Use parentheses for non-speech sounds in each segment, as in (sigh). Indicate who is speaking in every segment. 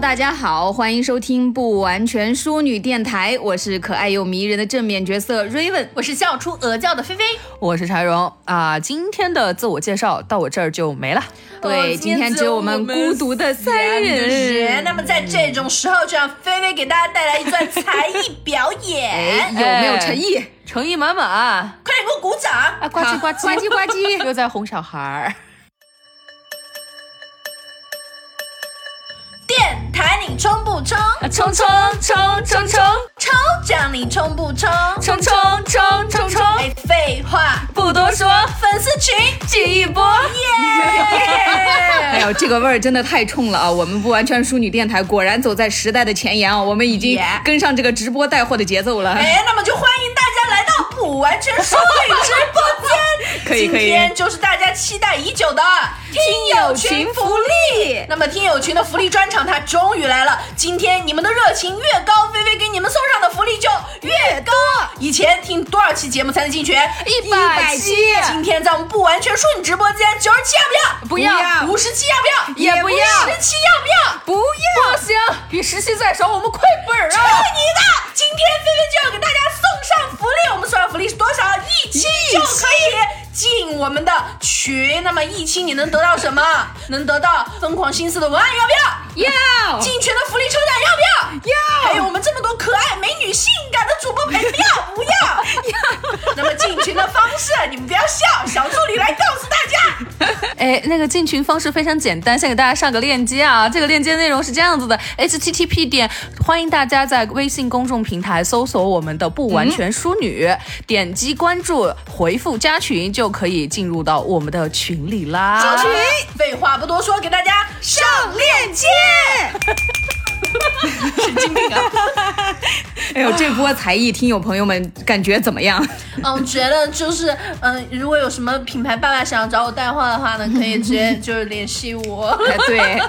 Speaker 1: 大家好，欢迎收听不完全淑女电台，我是可爱又迷人的正面角色 Raven。
Speaker 2: 我是笑出鹅叫的菲菲。
Speaker 3: 我是柴荣啊，今天的自我介绍到我这儿就没了。
Speaker 1: 对，今天只有我们孤独的
Speaker 2: 哎
Speaker 1: 三人。
Speaker 2: 那么在这种时候，就让菲菲给大家带来一段才艺表
Speaker 1: 哎，
Speaker 2: 演，
Speaker 1: 有没有诚意？
Speaker 3: 诚意满满啊，
Speaker 2: 快点给我鼓掌！
Speaker 3: 呱唧呱唧
Speaker 1: 呱唧呱唧，
Speaker 3: 又在哄小孩儿。
Speaker 2: 电台你冲不冲？
Speaker 3: 冲冲冲冲冲
Speaker 2: 抽奖你冲不冲？
Speaker 3: 冲冲冲冲冲！
Speaker 2: 没废话，
Speaker 3: 不多说，
Speaker 2: 粉丝群
Speaker 3: 记一波。
Speaker 1: 哎 (laughs)
Speaker 2: 耶！
Speaker 1: 呦，这个味儿真的太冲了啊！我们不完全淑女电台果然走在时代的前沿啊，我们已经
Speaker 2: Yeah
Speaker 1: 跟上这个直播带货的节奏
Speaker 2: (laughs)
Speaker 1: 了。
Speaker 2: 哎，那么就欢迎大家来到不完全淑女直播间。
Speaker 1: 可以可以
Speaker 2: 今天就是大家期待已久的听友群福利。那么听友群的福利专场它终于来了，今天你们的热情越高，菲菲给你们送上的福利就越高。以前听多少期节目才能进群？
Speaker 3: 一百期
Speaker 2: 今天在我们不完全淑女直播间，九十七要不要？
Speaker 3: 不要
Speaker 2: 五十七要不要？
Speaker 3: 也不要
Speaker 2: 十七要不要？
Speaker 3: 不要，不行，比实习再爽，我们亏本儿
Speaker 2: 去
Speaker 3: 啊！
Speaker 2: 你的！今天菲菲就要给大家送上福利，我们送上福利是多少？一期就可以进我们的群。那么一期你能得到什么？能得到疯狂心思的文案要不要？
Speaker 1: 要
Speaker 2: 进群的福利抽奖要不要？
Speaker 1: 要
Speaker 2: 还有我们这么多可爱美女、性感的主播陪不要不要？那么进群的方式你们不要笑，小助理来告诉大家。
Speaker 3: 哎，那个进群方式非常简单，先给大家上个链接啊。这个链接内容是这样子的：http 点，欢迎大家在微信公众平台搜索我们的“不完全淑女”，点击关注，回复加群就可以进入到我们的群里啦。
Speaker 2: 进群，废话不多说，给大家上链接。
Speaker 1: 哎呦，这波才艺，听友朋友们感觉怎么样？
Speaker 2: (laughs) 嗯，我觉得就是，嗯，如果有什么品牌爸爸想要找我带货的话呢，可以直
Speaker 1: (laughs)
Speaker 2: 接就是联系我。
Speaker 1: 哎对，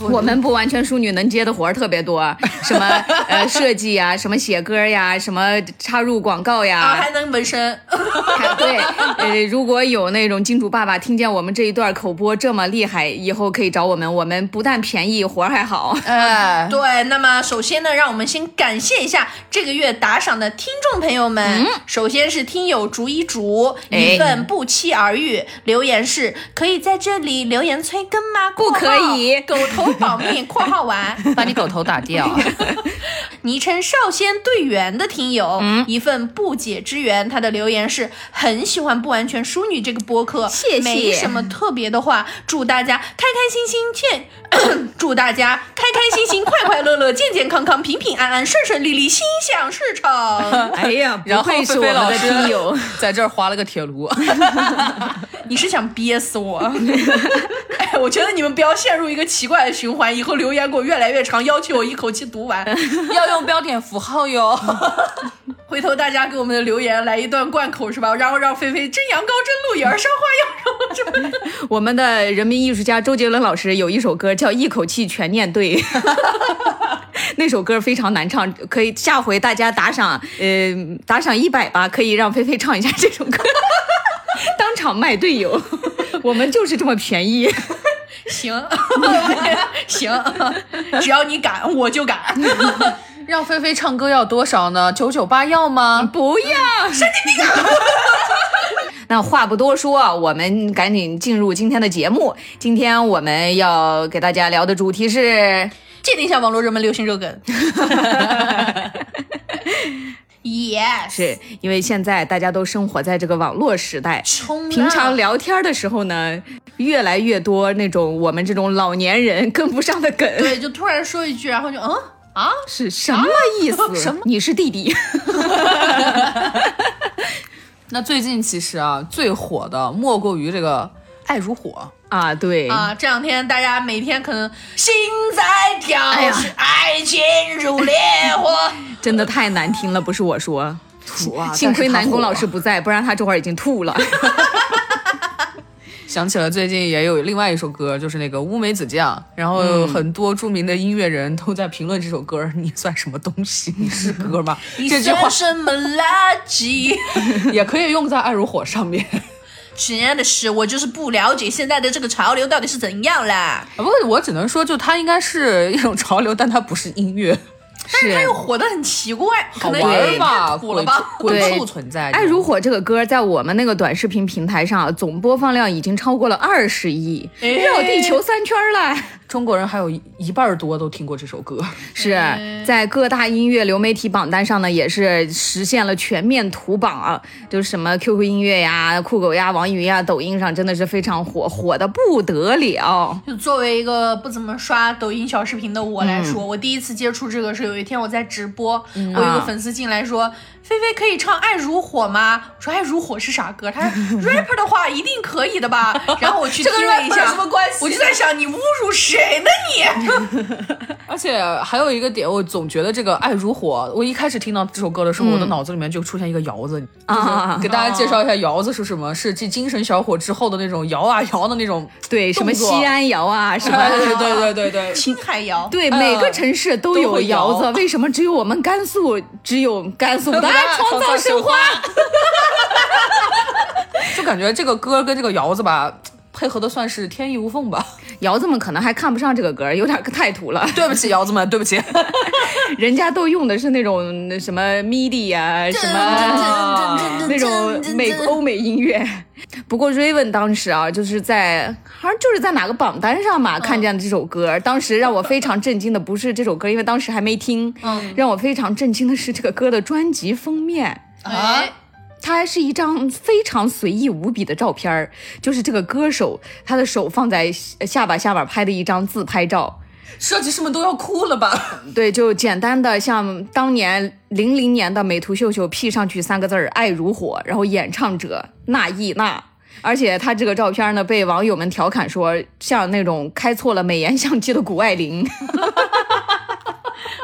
Speaker 1: (laughs) 我们不完全淑女能接的活儿特别
Speaker 2: (laughs)
Speaker 1: 多，什么呃设计呀，什么写歌呀，什么插入广告
Speaker 2: 啊，
Speaker 1: 呀
Speaker 2: 还，能纹身，
Speaker 1: 还对，呃，如果有那种金主爸爸听见我们这一段口播这么厉害，以后可以找我们，我们不但便宜，活儿还
Speaker 2: (laughs)
Speaker 1: 好。
Speaker 3: 哎，
Speaker 2: 对，那么首先呢，让我们先感谢一下这个月打赏的听众朋友们。首先是听友竹一竹，
Speaker 1: 嗯哎
Speaker 2: 一份不期而遇，留言是可以在这里留言催更吗？
Speaker 1: 不
Speaker 2: 括号
Speaker 1: 可以
Speaker 2: 狗头保命（括号完）。
Speaker 3: 把你狗头打掉。
Speaker 2: 昵称少先队员的听友，一份不解之缘，他的留言是很喜欢不完全淑女这个播客，
Speaker 1: 谢谢
Speaker 2: 没什么特别的话，祝大家开开心心健， (coughs) 祝大家开开心心、快快乐乐、健健康康、平平安安、顺顺利利、心想事成。
Speaker 3: (laughs)
Speaker 1: 哎呀，不
Speaker 3: 然后
Speaker 1: 愧
Speaker 3: 菲
Speaker 1: 是我
Speaker 3: 菲
Speaker 1: 们
Speaker 3: 老
Speaker 1: 的
Speaker 3: 师
Speaker 1: 听友。
Speaker 3: (laughs) 在这儿划了个铁炉，
Speaker 2: (laughs) 你是想憋死我？ (laughs) 哎，我觉得你们不要陷入一个奇怪的循环，以后留言给我越来越长，要求我一口气读完。
Speaker 3: (laughs) 要用标点符号哟。
Speaker 2: 回头大家给我们的留言来一段贯口是吧？然后让菲菲真阳高真鹿眼儿山花妖，然后就
Speaker 1: 我们的人民艺术家周杰伦老师有一首歌叫《一口气全念对》， (laughs) 那首歌非常难唱，可以下回大家打赏，呃，打赏一百吧，可以让菲菲唱一下这首歌， (laughs) 当场卖队友，我们就是这么便宜。
Speaker 2: 行 (laughs) 行，只要你敢，我就敢。
Speaker 3: (laughs) 让菲菲唱歌要多少呢？九九八要吗？
Speaker 1: 不要，神经病 (laughs) 啊！那话不多说，我们赶紧进入今天的节目。今天我们要给大家聊的主题是
Speaker 2: 界定一下网络热门流行热梗。yes，
Speaker 1: 是因为现在大家都生活在这个网络时代，
Speaker 2: 冲浪
Speaker 1: 平常聊天的时候呢，越来越多那种我们这种老年人跟不上的梗，
Speaker 2: 对，就突然说一句，然后就嗯啊，
Speaker 1: 是什么意思？
Speaker 3: 什么？
Speaker 1: 你是弟弟？
Speaker 3: 那最近其实啊，最火的莫过于这个《爱如火》。
Speaker 1: 啊，对
Speaker 2: 啊，这两天大家每天可能心在跳，
Speaker 1: 哎呀
Speaker 2: 是爱情如烈火。
Speaker 1: 真的太难听了，不是我说，
Speaker 3: (laughs) 土啊！
Speaker 1: 幸亏南宫老师
Speaker 3: 但是
Speaker 1: 不在，不然他这会儿已经吐
Speaker 3: 哎
Speaker 1: 了。
Speaker 3: 他火想起了最近也有另外一首歌，就是那个乌梅子酱，然后很多著名的音乐人都在评论这首歌， (laughs) 你算什么东西？你是歌吗？
Speaker 2: 你
Speaker 3: 这句话
Speaker 2: 算什么垃圾？
Speaker 3: (laughs) 也可以用在《爱如火》上面。啊
Speaker 2: 真的是，我就是不了解现在的这个潮流到底是怎样啦。
Speaker 3: 不过我只能说，就它应该是一种潮流，但它不是音乐，
Speaker 2: 但是它又火得很奇怪，可
Speaker 3: 好
Speaker 2: 能
Speaker 3: 玩
Speaker 2: 因为
Speaker 3: 儿
Speaker 2: 太
Speaker 3: 吧？
Speaker 2: 土
Speaker 3: (laughs)
Speaker 2: 了吧？
Speaker 3: 鬼
Speaker 1: 对
Speaker 3: 鬼畜存在。
Speaker 1: 爱如火这个歌在我们那个短视频平台上总播放量已经超过了二十亿，
Speaker 2: 哎
Speaker 1: 绕地球三圈儿了。
Speaker 3: 中国人还有一一半儿多都听过这 (laughs) 首歌。
Speaker 1: 是
Speaker 3: 哎
Speaker 1: 在各大音乐流媒体榜单上呢，也是实现了全面图榜啊，就是什么 QQ 音乐呀、酷狗呀、网易云呀、抖音上真的是非常火，火的不得了。
Speaker 2: 就作为一个不怎么刷抖音小视频的我来
Speaker 3: 嗯
Speaker 2: 说，我第一次接触这个是有一天我在直播，我有一个
Speaker 3: 啊
Speaker 2: 粉丝进来说：“菲菲可以唱《爱如火》吗？”我说：“爱如火是啥歌？”
Speaker 3: (laughs)
Speaker 2: 他说：“rapper 的话一定可以的吧？”然后我去听了一
Speaker 3: 这跟 rapper
Speaker 2: 下，
Speaker 3: 有什么啊关系
Speaker 2: 我就在想，你侮辱谁呢你？
Speaker 3: 而且还有一个点，我总觉得这个《爱如火》，我一开始听到这首歌的时候，我的脑子里面就出现一个窑子。
Speaker 1: 啊
Speaker 3: 就是给大家介绍一下窑子是什么，是继精神小伙之后的那种摇啊摇的那种。
Speaker 1: 对，什么
Speaker 3: 动
Speaker 1: 西
Speaker 3: 作
Speaker 1: 安谣啊，什
Speaker 3: (laughs) 对
Speaker 1: 么。
Speaker 3: (laughs) 对对对对。
Speaker 2: 秦海瑶，
Speaker 1: 对，
Speaker 3: 呃
Speaker 1: 每个城市都
Speaker 3: 都
Speaker 1: 有
Speaker 3: 会有哎
Speaker 1: 窑子，为什么只有我们甘肃只有甘肃的
Speaker 3: (laughs)
Speaker 1: 哎创造神话？
Speaker 3: 花， (laughs) 就感觉这个歌跟这个窑子吧，配合的算是天衣无缝吧。
Speaker 1: 窑子们可能还看不上这个歌，有点太土了。
Speaker 3: 对不起，窑子们，对不起。
Speaker 1: 人家都用的是那种那什么 MIDI 呀、什么那种美欧美音乐。不过 Raven 当时啊，就是在好像就是在哪个榜单上嘛、看见了这首歌，当时让我非常震惊的不是这首歌，因为当时还没听，
Speaker 2: 嗯
Speaker 1: 让我非常震惊的是这个歌的专辑封面。
Speaker 2: 啊，
Speaker 1: 它还是一张非常随意无比的照片儿，就是这个歌手他的手放在下巴下巴拍的一张自拍照，
Speaker 3: 设计师们都要哭了吧？
Speaker 1: 对，就简单的像当年零零年的美图秀秀 P 上去三个字儿“爱如火”，然后演唱者那易那。而且她这个照片呢，被网友们调侃说像那种开错了美颜相机的谷爱凌，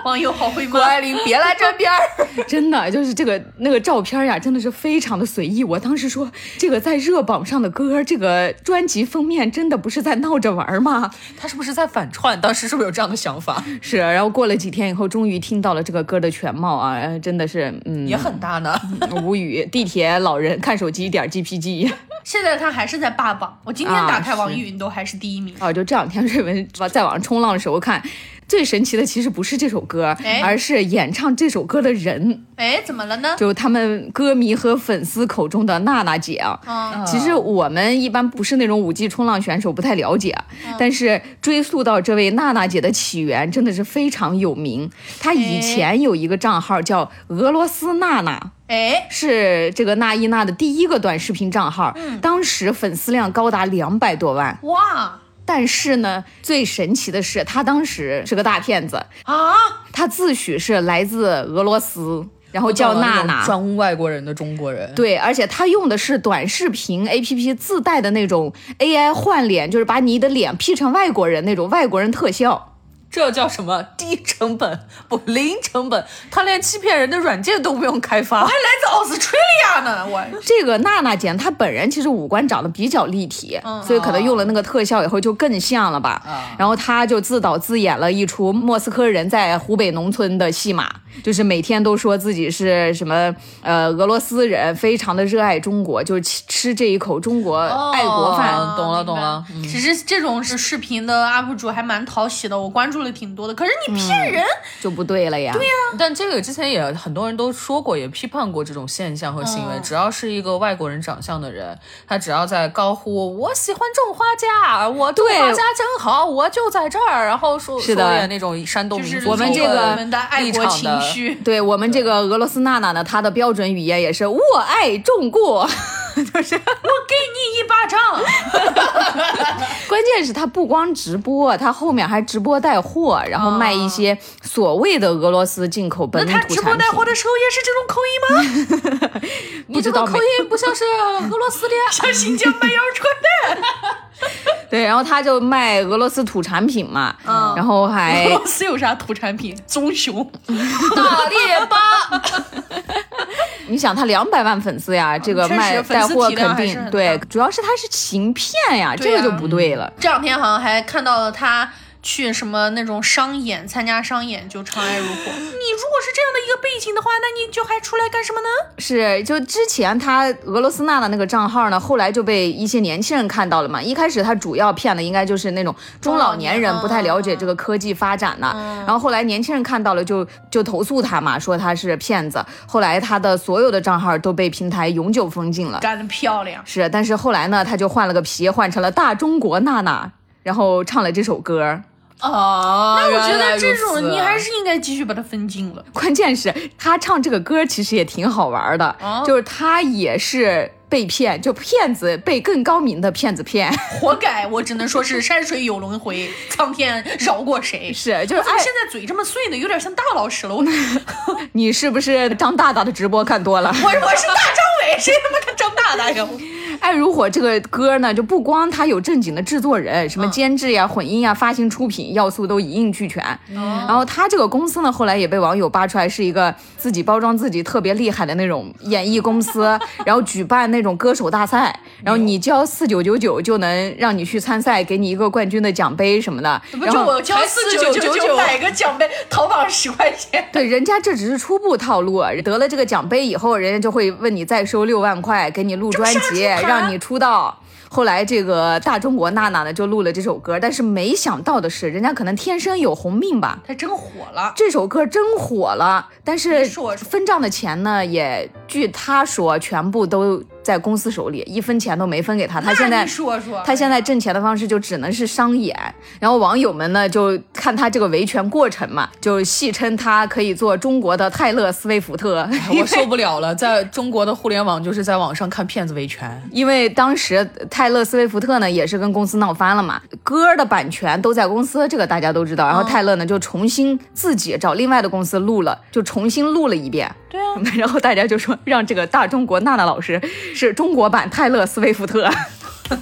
Speaker 2: 网友好会
Speaker 3: (laughs) 谷
Speaker 2: 吗？
Speaker 3: 爱凌，别来沾边儿。
Speaker 1: (laughs) 真的就是这个那个照片呀，真的是非常的随意。我当时说，这个在热榜上的歌，这个专辑封面真的不是在闹着玩儿吗？
Speaker 3: 他是不是在反串？当时是不是有这样的想法？
Speaker 1: 是，然后过了几天以后，终于听到了这个歌的全貌啊，呃真的是，嗯
Speaker 3: 也，很大呢。
Speaker 1: 无语。地铁老人看手机点儿 GPG。
Speaker 2: 现在他还是在霸榜，我今天
Speaker 1: 啊
Speaker 2: 打开网
Speaker 1: 是
Speaker 2: 易云都还是第一名。
Speaker 1: 哦，就这两天瑞文在网上冲浪的时候看，最神奇的其实不是这首歌，
Speaker 2: 哎
Speaker 1: 而是演唱这首歌的人，
Speaker 2: 哎，怎么了呢？
Speaker 1: 就他们歌迷和粉丝口中的娜娜姐啊。
Speaker 2: 嗯，
Speaker 1: 其实我们一般不是那种五 G 冲浪选手，不太了解，但是追溯到这位娜娜姐的起源，真的是非常有名。她以前有一个账号叫俄罗斯娜娜。
Speaker 2: 哎，
Speaker 1: 是这个娜依娜的第一个短视频账号，当时粉丝量高达两百多万。
Speaker 2: 哇啊
Speaker 1: 但是呢，最神奇的是，她当时是个大骗子，
Speaker 2: 啊，
Speaker 1: 她自诩是来自俄罗斯，然后叫
Speaker 3: 哦
Speaker 1: 娜娜。
Speaker 3: 装外国人的中国人。
Speaker 1: 对，而且他用的是短视频 APP 自带的那种 AI 换脸，就是把你的脸 P 成外国人那种外国人特效。
Speaker 3: 这叫什么低成本不零成本？他连欺骗人的软件都不用开发
Speaker 2: 还。来自奥斯特利亚呢，我
Speaker 1: 这个娜娜姐她本人其实五官长得比较立体，所以可能用了那个特效以后就更像了吧。然后她就自导自演了一出莫斯科人在湖北农村的戏码，就是每天都说自己是什么呃俄罗斯人，非常的热爱中国，就是吃吃这一口中国爱国饭。
Speaker 3: 哦懂了懂了
Speaker 1: 嗯
Speaker 2: 明白只是这种是视频的 UP 主还蛮讨喜的，我关注了挺多的。可是
Speaker 1: 嗯
Speaker 2: 你骗人，
Speaker 1: 就不对了呀！对呀、
Speaker 3: 但这个之前也很多人都说过，也批判过这种现象和行为。
Speaker 2: 嗯
Speaker 3: 只要是一个外国人长相的人，他只要在高呼“我喜欢种花家，我种
Speaker 1: 对
Speaker 3: 花家真好，我就在这儿”，然后说
Speaker 1: 是的
Speaker 3: 说点那种山东
Speaker 2: 就
Speaker 3: 民
Speaker 2: 是
Speaker 3: 族
Speaker 1: 我们
Speaker 3: 的
Speaker 1: 这个
Speaker 2: 我们的爱
Speaker 3: 立
Speaker 2: 国
Speaker 3: 场
Speaker 2: 情
Speaker 3: 的
Speaker 1: (laughs)
Speaker 2: 绪。
Speaker 1: 对我们这个俄罗斯娜娜呢，她的标准语言也是“我爱中国”， (laughs) 就是
Speaker 2: 我给你一巴掌，
Speaker 1: 关键是她不光直播，她后面还直播带货，然后卖一些所谓的俄罗斯进口
Speaker 2: 那
Speaker 1: 本土
Speaker 2: 他
Speaker 1: 产品。
Speaker 2: 直播带货的时候也是这种口音吗？ (laughs)
Speaker 3: 你
Speaker 1: 不
Speaker 3: 这
Speaker 1: 知道
Speaker 3: 个
Speaker 1: 美
Speaker 3: 口 (laughs) 音不像是俄罗斯的呀。
Speaker 2: 像新疆卖羊
Speaker 1: (laughs)
Speaker 2: 肉串的，
Speaker 1: 对，然后她就卖俄罗斯土产品嘛，
Speaker 2: 嗯
Speaker 1: 然后
Speaker 2: (laughs)
Speaker 1: 还
Speaker 2: 俄罗斯有啥土产品？棕熊，
Speaker 3: 大列巴，
Speaker 1: (laughs) 你想她两百万粉丝呀，这个
Speaker 2: 嗯确实
Speaker 1: 卖
Speaker 2: 粉
Speaker 1: 带
Speaker 2: 丝
Speaker 1: 货
Speaker 2: 体量
Speaker 1: 肯
Speaker 2: 还是
Speaker 1: 定
Speaker 2: 很
Speaker 1: 对
Speaker 2: 大，
Speaker 1: 主要是她是行骗呀，
Speaker 2: 对
Speaker 1: 这
Speaker 2: 呀
Speaker 1: 个就不对了。
Speaker 2: 这两天好像还看到了他去什么那种商演，参加商演就长 (laughs) 爱如火。你如果是这样的一个背景的话，那你就还出来干什么呢？
Speaker 1: 是，就之前他俄罗斯娜的那个账号呢，后来就被一些年轻人看到了嘛。一开始他主要骗的应该就是那种中老年人
Speaker 2: 哦
Speaker 1: 不太了解这个科技发展呐、然后后来年轻人看到了就就投诉他嘛，说他是骗子。后来他的所有的账号都被平台永久封禁了。
Speaker 2: 干得漂亮！
Speaker 1: 是，但是后来呢，他就换了个皮，换成了大中国娜娜，然后唱了这首歌。
Speaker 3: 哦，
Speaker 2: 那我觉
Speaker 3: 原来
Speaker 2: 得
Speaker 3: 如
Speaker 2: 这种你
Speaker 3: 此
Speaker 2: 还是应该继续把它分禁了。
Speaker 1: 关键是他唱这个歌其实也挺好玩的，
Speaker 2: 哦
Speaker 1: 就是他也是被骗，就骗子被更高明的骗子骗， (laughs)
Speaker 2: 活该！我只能说是山水有龙回，苍天饶过 (laughs) 谁。
Speaker 1: 是就是
Speaker 2: 怎么
Speaker 1: 哎
Speaker 2: 现，在嘴这么碎呢？有点像大老师了。我 (laughs) 我
Speaker 1: 你是不是张大大的直播看多了？
Speaker 2: 我是大张伟，谁他妈跟张大大呀？
Speaker 1: (laughs) 爱如火这个歌呢，就不光它有正经的制作人，什么监制呀、混音呀、发行、出品要素都一应俱全。
Speaker 2: 哦
Speaker 1: 然后他这个公司呢，后来也被网友扒出来是一个自己包装自己特别厉害的那种演艺公司，然后举办那种歌手大赛，然后你交四九九九就能让你去参赛，给你一个冠军的奖杯什么的。
Speaker 2: 不
Speaker 1: 然
Speaker 2: 就
Speaker 1: 后
Speaker 2: 我交四九九九买个奖杯，淘宝十块钱。
Speaker 1: 对，人家这只是初步套路，啊得了这个奖杯以后，人家就会问你再收六万块，给你录专辑，让你出道。后来这个大中国娜娜呢就录了这首歌，但是没想到的是，人家可能天生有红命吧，
Speaker 2: 他真火了，
Speaker 1: 这首歌真火了。但是
Speaker 2: 你说说
Speaker 1: 分账的钱呢，也据他说全部都在公司手里，一分钱都没分给他。他现
Speaker 2: 那
Speaker 1: 在
Speaker 2: 你说说，
Speaker 1: 他现在挣钱的方式就只能是商演，然后网友们呢就看他这个维权过程嘛，就戏称他可以做中国的泰勒斯威夫特，
Speaker 2: (laughs)
Speaker 3: 我受不了了，在中国的互联网就是在网上看骗子维权。
Speaker 1: (laughs) 因为当时泰勒斯威夫特呢也是跟公司闹翻了嘛，歌的版权都在公司，这个大家都知道。然后泰勒呢就重新自己找另外的公司录了，就重新录了一遍。
Speaker 2: 对啊，
Speaker 1: (laughs) 然后大家就说让这个大中国娜娜老师是中国版泰勒斯威夫特。啊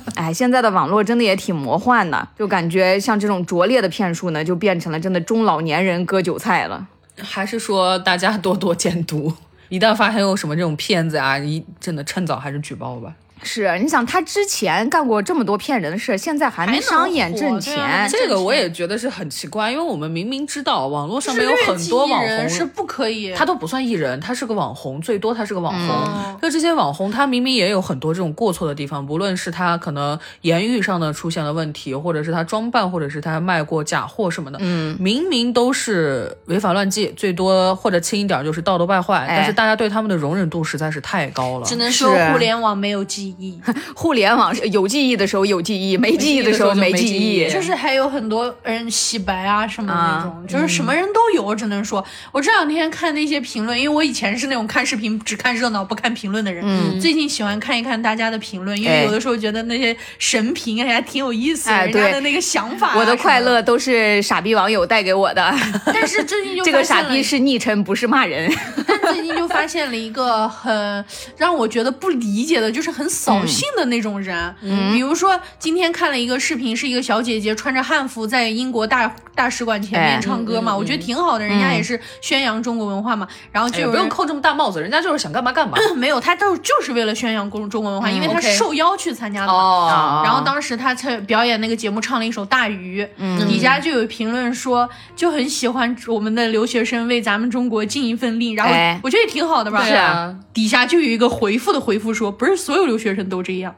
Speaker 1: (laughs) 哎，现在的网络真的也挺魔幻的，就感觉像这种拙劣的骗术呢，就变成了真的中老年人割韭菜了。
Speaker 3: 还是说大家多多监督，一旦发现有什么这种骗子啊，你真的趁早还是举报吧。
Speaker 1: 是，你想他之前干过这么多骗人的事，现在还能
Speaker 2: 还能
Speaker 1: 商演
Speaker 2: 火
Speaker 1: 挣
Speaker 2: 对
Speaker 1: 钱，
Speaker 2: 啊
Speaker 3: 这个我也觉得是很奇怪，因为我们明明知道网络上面有很多网
Speaker 2: 就是越级艺人
Speaker 3: 红
Speaker 2: 是不可以。
Speaker 3: 他都不算艺人，他是个网红，最多他是个网
Speaker 2: 嗯
Speaker 3: 红。那、这些网红，他明明也有很多这种过错的地方，不论是他可能言语上的出现了问题，或者是他装扮，或者是他卖过假货什么的，嗯，明明都是违法乱纪，最多或者轻一点就是道德败坏，
Speaker 1: 哎
Speaker 3: 但是大家对他们的容忍度实在是太高了
Speaker 2: 只。能说
Speaker 1: 是
Speaker 2: 互联网没有记
Speaker 1: (laughs)
Speaker 2: 忆，
Speaker 1: 互联网是有记忆的时候有记忆，没记忆的时候没记
Speaker 3: 没记忆
Speaker 1: 忆
Speaker 3: 的时。候
Speaker 2: 就
Speaker 3: 对
Speaker 2: 是还有很多人洗白啊什么那种，
Speaker 1: 啊
Speaker 2: 就是什么人都有。我只能说，我这两天看那些评论，因为我以前是那种看视频只看热闹不看评论的人，最近喜欢看一看大家的评论，
Speaker 1: 嗯
Speaker 2: 因
Speaker 1: 哎
Speaker 2: 为有的时候觉得那些神评哎还挺有意思，
Speaker 1: 哎
Speaker 2: 人家
Speaker 1: 对
Speaker 2: 的那个想法、
Speaker 1: 我的快。乐都是傻逼网友带给我的，
Speaker 2: 但是最近就
Speaker 1: 这个
Speaker 2: 发现
Speaker 1: 傻
Speaker 2: 了
Speaker 1: 逼是昵称，不是骂人。
Speaker 2: 但最近就发现了一个很让我觉得不理解的，就是很扫
Speaker 3: 嗯
Speaker 2: 兴的那种人。比如说今天看了一个视频，是一个小姐姐穿着汉服在英国大大使馆前面
Speaker 1: 哎
Speaker 2: 唱
Speaker 3: 嗯
Speaker 2: 歌嘛，我觉得挺好的，人家也是宣扬中国文化嘛。然后
Speaker 3: 哎
Speaker 2: 就
Speaker 3: 呀
Speaker 2: 有
Speaker 3: 不用
Speaker 2: 人
Speaker 3: 扣这么大帽子，人家就是想干嘛干嘛。
Speaker 2: 没有，他都就是为了宣扬中中国文化，因为他
Speaker 3: 嗯 OK
Speaker 2: 受邀去参加的嘛。
Speaker 3: 哦
Speaker 2: 然后当时他在表演那个节目唱了一首《大鱼》，
Speaker 3: 嗯
Speaker 2: 底下就有评论说就很喜欢我们的留学生为咱们中国尽一份力，然
Speaker 1: 哎
Speaker 2: 后我觉得也挺好的吧。
Speaker 3: 对啊，
Speaker 2: 底下就有一个回复的回复说，不是所有留学生都这样。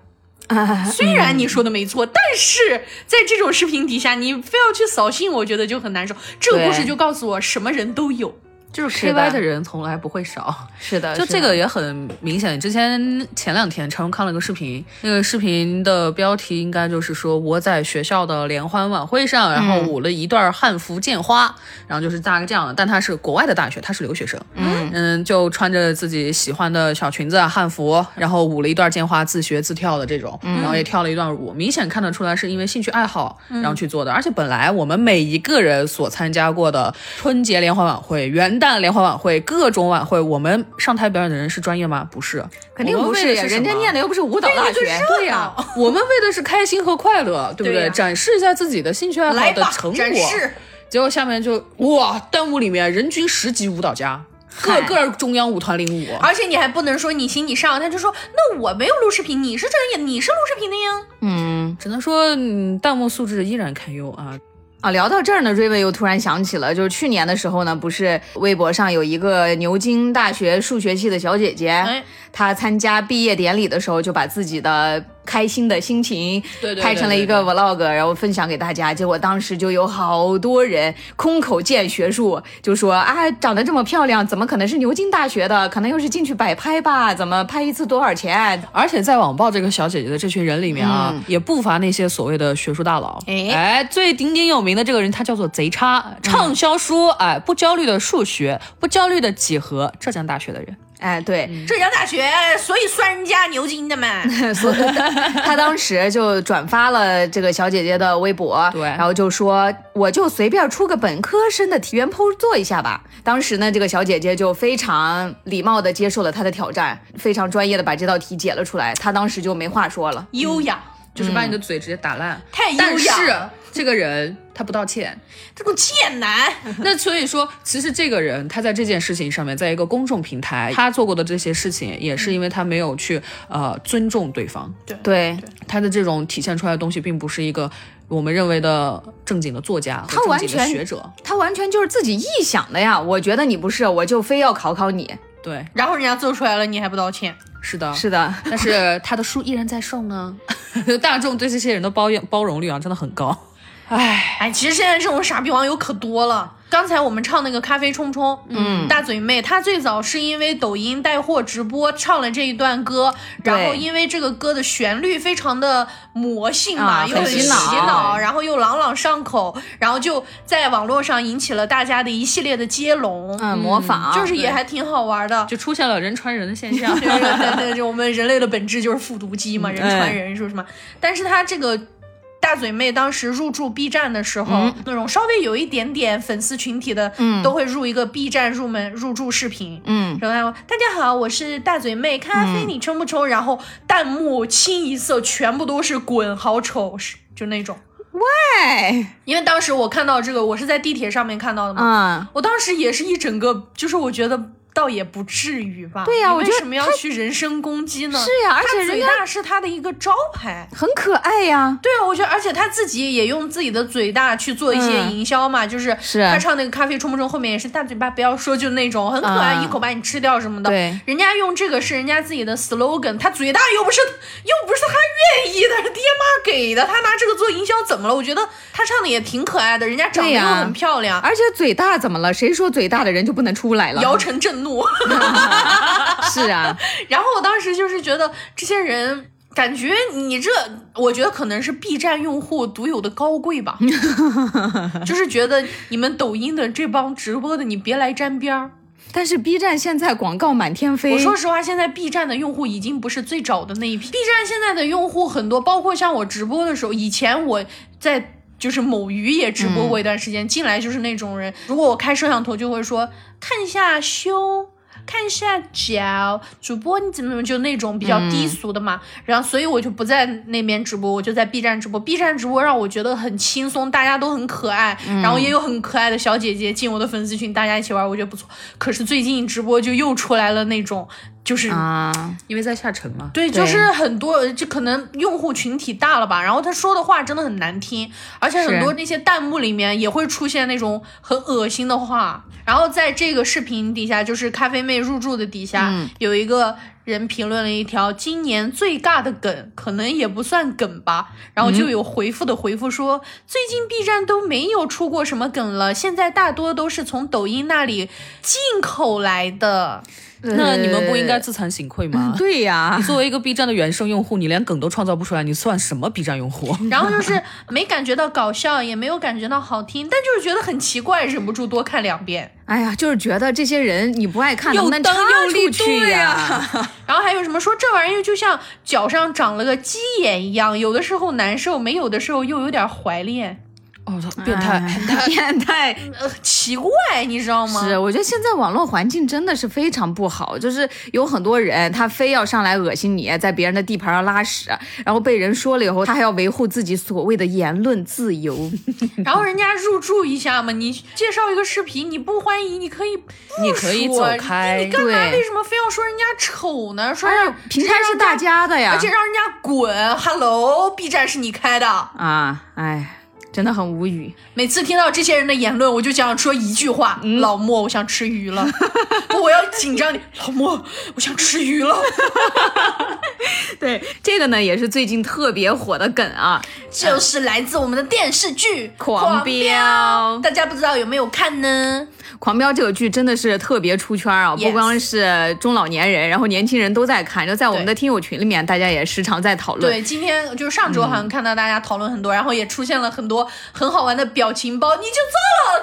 Speaker 1: (laughs)
Speaker 2: 虽然你说的没错，但是在这种视频底下，你非要去扫兴，我觉得就很难受。这个
Speaker 1: 对
Speaker 2: 故事就告诉我，什么人都有。
Speaker 3: 就是
Speaker 1: 是
Speaker 3: KY
Speaker 1: 的
Speaker 3: 的人从来不会少。
Speaker 1: 是的
Speaker 3: 就这个也很明显。之前前两天常常看了个视频，那个视频的标题应该就是说我在学校的联欢晚会上，然
Speaker 1: 嗯
Speaker 3: 后舞了一段汉服剑花，然后就是大概这样的。但他是国外的大学，他是留学生，嗯就穿着自己喜欢的小裙子、啊汉服，然后舞了一段剑花，自学自跳的这种，
Speaker 1: 嗯
Speaker 3: 然后也跳了一段舞，明显看得出来是因为兴趣爱好然后去做的。而且本来我们每一个人所参加过的春节联欢晚会、元旦联欢晚会、各种晚会，我们上台表演的人是专业吗？不是，
Speaker 1: 肯定不是
Speaker 3: 我们为
Speaker 1: 呀，
Speaker 3: 的是
Speaker 1: 人家念
Speaker 3: (laughs) 的。
Speaker 1: 的又不是舞蹈大学。
Speaker 3: 对呀、我们为的是开心和快乐，对不对？
Speaker 2: 对呀
Speaker 3: 展示一下自己的兴趣爱好
Speaker 2: 来
Speaker 3: 的
Speaker 2: 吧
Speaker 3: 成，果。
Speaker 2: 展示。
Speaker 3: 结果下面就哇，弹幕里面人均十级舞蹈家，个个中央舞团领舞。
Speaker 2: 而且你还不能说你行你上，他就说那我没有录视频，你是专业，你是录视频的呀。
Speaker 1: 嗯，
Speaker 3: 只能说，嗯，弹幕素质依然堪忧啊。
Speaker 1: 啊，聊到这儿呢，瑞文又突然想起了，就是去年的时候呢，不是微博上有一个牛津大学数学系的小姐姐，
Speaker 2: 哎
Speaker 1: 她参加毕业典礼的时候，就把自己的开心的心情
Speaker 4: 对对对
Speaker 1: 拍成了一个
Speaker 4: 对
Speaker 1: vlog，然后分享给大家。结果当时就有好多人空口见学术，就说啊，长得这么漂亮，怎么可能是牛津大学的？可能又是进去摆拍吧？怎么拍一次多少钱？
Speaker 3: 而且在网暴这个小姐姐的这群人里面啊，也不乏那些所谓的学术大佬。
Speaker 1: 哎
Speaker 3: 哎，嗯最鼎鼎有名的这个人，他叫做贼叉， (laughs) 畅销书，哎，不焦虑的数学，不焦虑的几何，浙江大学的人。
Speaker 1: 哎，对，
Speaker 4: 浙江大学，所以算人家牛津的嘛。
Speaker 1: (laughs)
Speaker 4: (laughs)
Speaker 1: 所以他当时就转发了这个小姐姐的微博，
Speaker 3: 对
Speaker 1: 然后就说我就随便出个本科生的原 PO 做一下吧。当时呢，这个小姐姐就非常礼貌的接受了他的挑战，非常专业的把这道题解了出来。她当时就没话说了，
Speaker 2: (laughs) 优雅，
Speaker 3: 就是把你的嘴直接打烂，
Speaker 2: 太优雅
Speaker 3: 但是
Speaker 2: 了
Speaker 3: 这个人他不道 (laughs) 歉，
Speaker 4: 这种贱男，
Speaker 3: 那所以说，其实这个人他在这件事情上面，在一个公众平台，他做过的这些事情，也是因为他没有去呃尊重对方，
Speaker 1: 对
Speaker 3: 他的这种体现出来的东西，并不是一个我们认为的正经的作家和
Speaker 1: 他完
Speaker 3: 正经的
Speaker 1: 全
Speaker 3: 学者。
Speaker 1: 她完全就是自己臆想的呀。我觉得你不是，我就非要考考你。
Speaker 3: 对，
Speaker 2: 然后人家做出来了，你还不道歉？
Speaker 3: 是的，
Speaker 1: 是的，
Speaker 3: 但是他的书依然在售呢， (laughs) 大众对这些人的包包容率啊，真的很高。唉，
Speaker 2: 哎，其实现在这种傻逼网友可多了。刚才我们唱那个《咖啡冲冲》，嗯，大嘴妹她最早是因为抖音带货直播唱了这一段歌，然后
Speaker 1: 对
Speaker 2: 因为这个歌的旋律非常的魔性嘛，
Speaker 1: 啊
Speaker 2: 又
Speaker 1: 很
Speaker 2: 洗
Speaker 1: 洗脑
Speaker 2: 脑，然后又朗朗上口，然后就在网络上引起了大家的一系列的接龙，
Speaker 1: 嗯，模仿
Speaker 2: 就是也还挺好玩的。
Speaker 3: 就出现了人传人的现象。
Speaker 1: (laughs)
Speaker 2: (laughs) 对对对对对，我们人类的本质就是复读机嘛，人传人说什么？但是他这个大嘴妹当时入驻 B 站的时候，那种稍微有一点点粉丝群体的，都会入一个 B 站入门入驻视频。
Speaker 1: 嗯，
Speaker 2: 然后他说大家好，我是大嘴妹，咖啡你冲不冲？然后弹幕清一色全部都是滚，好丑，是就那种。
Speaker 1: 哎，
Speaker 2: 因为当时我看到这个，我是在地铁上面看到的嘛，
Speaker 1: 嗯。
Speaker 2: 我当时也是一整个，就是我觉得倒也不至于吧。
Speaker 1: 对呀
Speaker 2: 你
Speaker 1: 我觉
Speaker 2: 为
Speaker 1: 得
Speaker 2: 什么要去人身攻击呢？
Speaker 1: 是呀而且
Speaker 2: 他
Speaker 1: 人
Speaker 2: 嘴
Speaker 1: 家
Speaker 2: 大是他的一个招牌。
Speaker 1: 很可爱呀，
Speaker 2: 对啊，我觉得，而且他自己也用自己的嘴大去做一些
Speaker 1: 嗯
Speaker 2: 营销嘛，就是
Speaker 1: 是
Speaker 2: 他唱那个咖啡冲不冲，后面也是大嘴巴不要说，就那种很可爱，
Speaker 1: 嗯
Speaker 2: 一口把你吃掉什么的。
Speaker 1: 对，
Speaker 2: 人家用这个是人家自己的 slogan，他嘴大又不是又不是他愿意的，是爹妈给的，他拿这个做营销怎么了？我觉得他唱的也挺可爱的，人家长得
Speaker 1: 对
Speaker 2: 又
Speaker 1: 呀
Speaker 2: 很漂亮，
Speaker 1: 而且嘴大怎么了？谁说嘴大的人就不能出来了？
Speaker 2: 姚晨震怒。
Speaker 1: (laughs) 是啊，
Speaker 2: 然后我当时就是觉得这些人。感觉你这，我觉得可能是 B 站用户独有的高贵吧，就是觉得你们抖音的这帮直播的，你别来沾边儿。
Speaker 1: 但是 B 站现在广告满天飞，
Speaker 2: 我说实话，现在 B 站的用户已经不是最早的那一批。B 站现在的用户很多，包括像我直播的时候，以前我在就是某鱼也直播过一段时间，进来就是那种人，如果我开摄像头就会说看一下胸。看一下脚，主播你怎么怎么就那种比较低俗的嘛，然后所以我就不在那边直播，我就在 B 站直播。B 站直播让我觉得很轻松，大家都很可爱，然后也有很可爱的小姐姐进我的粉丝群，大家一起玩，我觉得不错。可是最近直播就又出来了那种，就是、
Speaker 1: 啊，
Speaker 3: 因为在下沉嘛。
Speaker 2: 对，就
Speaker 1: 对
Speaker 2: 是很多，就可能用户群体大了吧，然后他说的话真的很难听，而且很
Speaker 1: 是
Speaker 2: 多那些弹幕里面也会出现那种很恶心的话。然后在这个视频底下，就是咖啡妹入驻的底下，有一个人评论了一条今年最尬的梗，可能也不算梗吧。然后就有回复的回复说，最近 B 站都没有出过什么梗了，现在大多都是从抖音那里进口来的。
Speaker 3: 那你们不应该自惭形愧吗？
Speaker 1: 呃对呀、
Speaker 3: (laughs) 作为一个 B 站的原生用户，你连梗都创造不出来，你算什么 B 站用
Speaker 1: (laughs)
Speaker 3: 户？
Speaker 2: 然后就是没感觉到搞笑，也没有感觉到好听，但就是觉得很奇怪，忍不住多看两遍。
Speaker 1: 哎呀，就是觉得这些人你不爱看，能
Speaker 3: 又
Speaker 1: 不能
Speaker 3: 当
Speaker 1: 插
Speaker 3: 又立
Speaker 1: 出去哎
Speaker 3: 对呀
Speaker 2: 然后还有什么说这玩意儿就像脚上长了个鸡眼一样，有的时候难受，没有的时候又有点怀恋，
Speaker 3: 哦，他 (laughs) 变态！
Speaker 1: 哎 (laughs) 变态！
Speaker 2: 呃，奇怪，你知道吗？
Speaker 1: 是，我觉得现在网络环境真的是非常不好，就是有很多人他非要上来恶心你，在别人的地盘上拉屎，然后被人说了以后，他还要维护自己所谓的言论自由。
Speaker 2: 然后人家入驻一下嘛，你介绍一个视频，你不欢迎，你可以不说，
Speaker 3: 你可以走开
Speaker 2: 你你干嘛
Speaker 1: 对
Speaker 2: 为什么非要说人家丑呢？说
Speaker 1: 哎
Speaker 2: 让
Speaker 1: 呀，平台是大家的呀，啊
Speaker 2: 而且让人家滚，Hello，B 站是你开的。
Speaker 1: 啊，哎，真的很无语。
Speaker 2: 每次听到这些人的言论，我就想说一句话：
Speaker 1: 嗯
Speaker 2: 老莫，我想吃
Speaker 1: (laughs)
Speaker 2: 鱼了。不，我要紧张你，老莫，我想吃鱼
Speaker 1: (laughs)
Speaker 2: 了。
Speaker 1: 对，这个呢也是最近特别火的梗啊，
Speaker 4: 就是来自我们的电视剧《
Speaker 1: 狂飙
Speaker 4: 狂飙大家不知道有没有看呢？
Speaker 1: 《狂飙》这个剧真的是特别出圈啊
Speaker 4: Yes
Speaker 1: 不光是中老年人，然后年轻人都在看，就在我们的听友群里面，大家也时常在讨论。
Speaker 2: 对，今天就是上周好像看到大家讨论很多，然后也出现了很多很好玩的表情包，你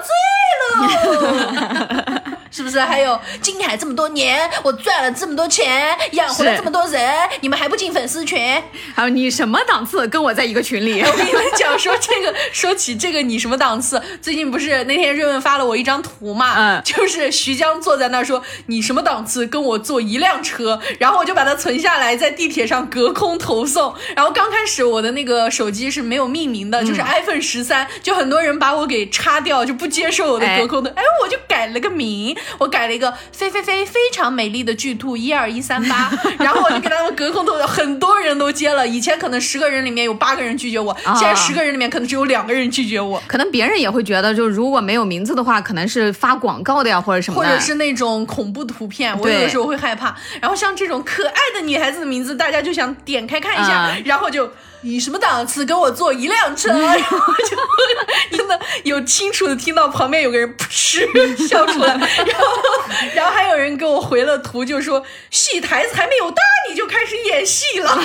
Speaker 2: 就做老醉了，
Speaker 1: (laughs)
Speaker 4: 是不是？还有金海这么多年，我赚了这么多钱，养活了
Speaker 1: 是
Speaker 4: 这么多人，你们还不进粉丝群？
Speaker 1: 还有你什么档次跟我在一个群里？ (laughs)
Speaker 2: 我跟你们讲说这个，说起这个你什么档次？最近不是那天瑞文发了我一张图嘛，
Speaker 1: 嗯
Speaker 2: 就是徐江坐在那儿说你什么档次，跟我坐一辆车，然后我就把它存下来，在地铁上隔空投送。然后刚开始我的那个手机是没有命名的，就是 iPhone 十三，就很多人把我给叉掉，就不接受我的
Speaker 1: 哎
Speaker 2: 隔空的，哎，我就改了个名，我改了一个菲菲菲非常美丽的巨兔一二一三八，然后我就给他们隔空投，很多人都接了，以前可能十个人里面有八个人拒绝我，
Speaker 1: 啊
Speaker 2: 现在十个人里面可能只有两个人拒绝我，
Speaker 1: 可能别人也会觉得，就如果没有名字的话，可能是发广告的呀，或者什么
Speaker 2: 或
Speaker 1: 的。
Speaker 2: 者是那种恐怖图片，我有
Speaker 1: 对
Speaker 2: 的时候会害怕。然后像这种可爱的女孩子的名字，大家就想点开看一下，
Speaker 1: 嗯
Speaker 2: 然后就你什么档次跟我坐一辆车， (laughs) 然后就真的有清楚的听到旁边有个人噗嗤笑出来，然后然后还有人给我回了图，就说戏台子还没有搭你就开始演戏了。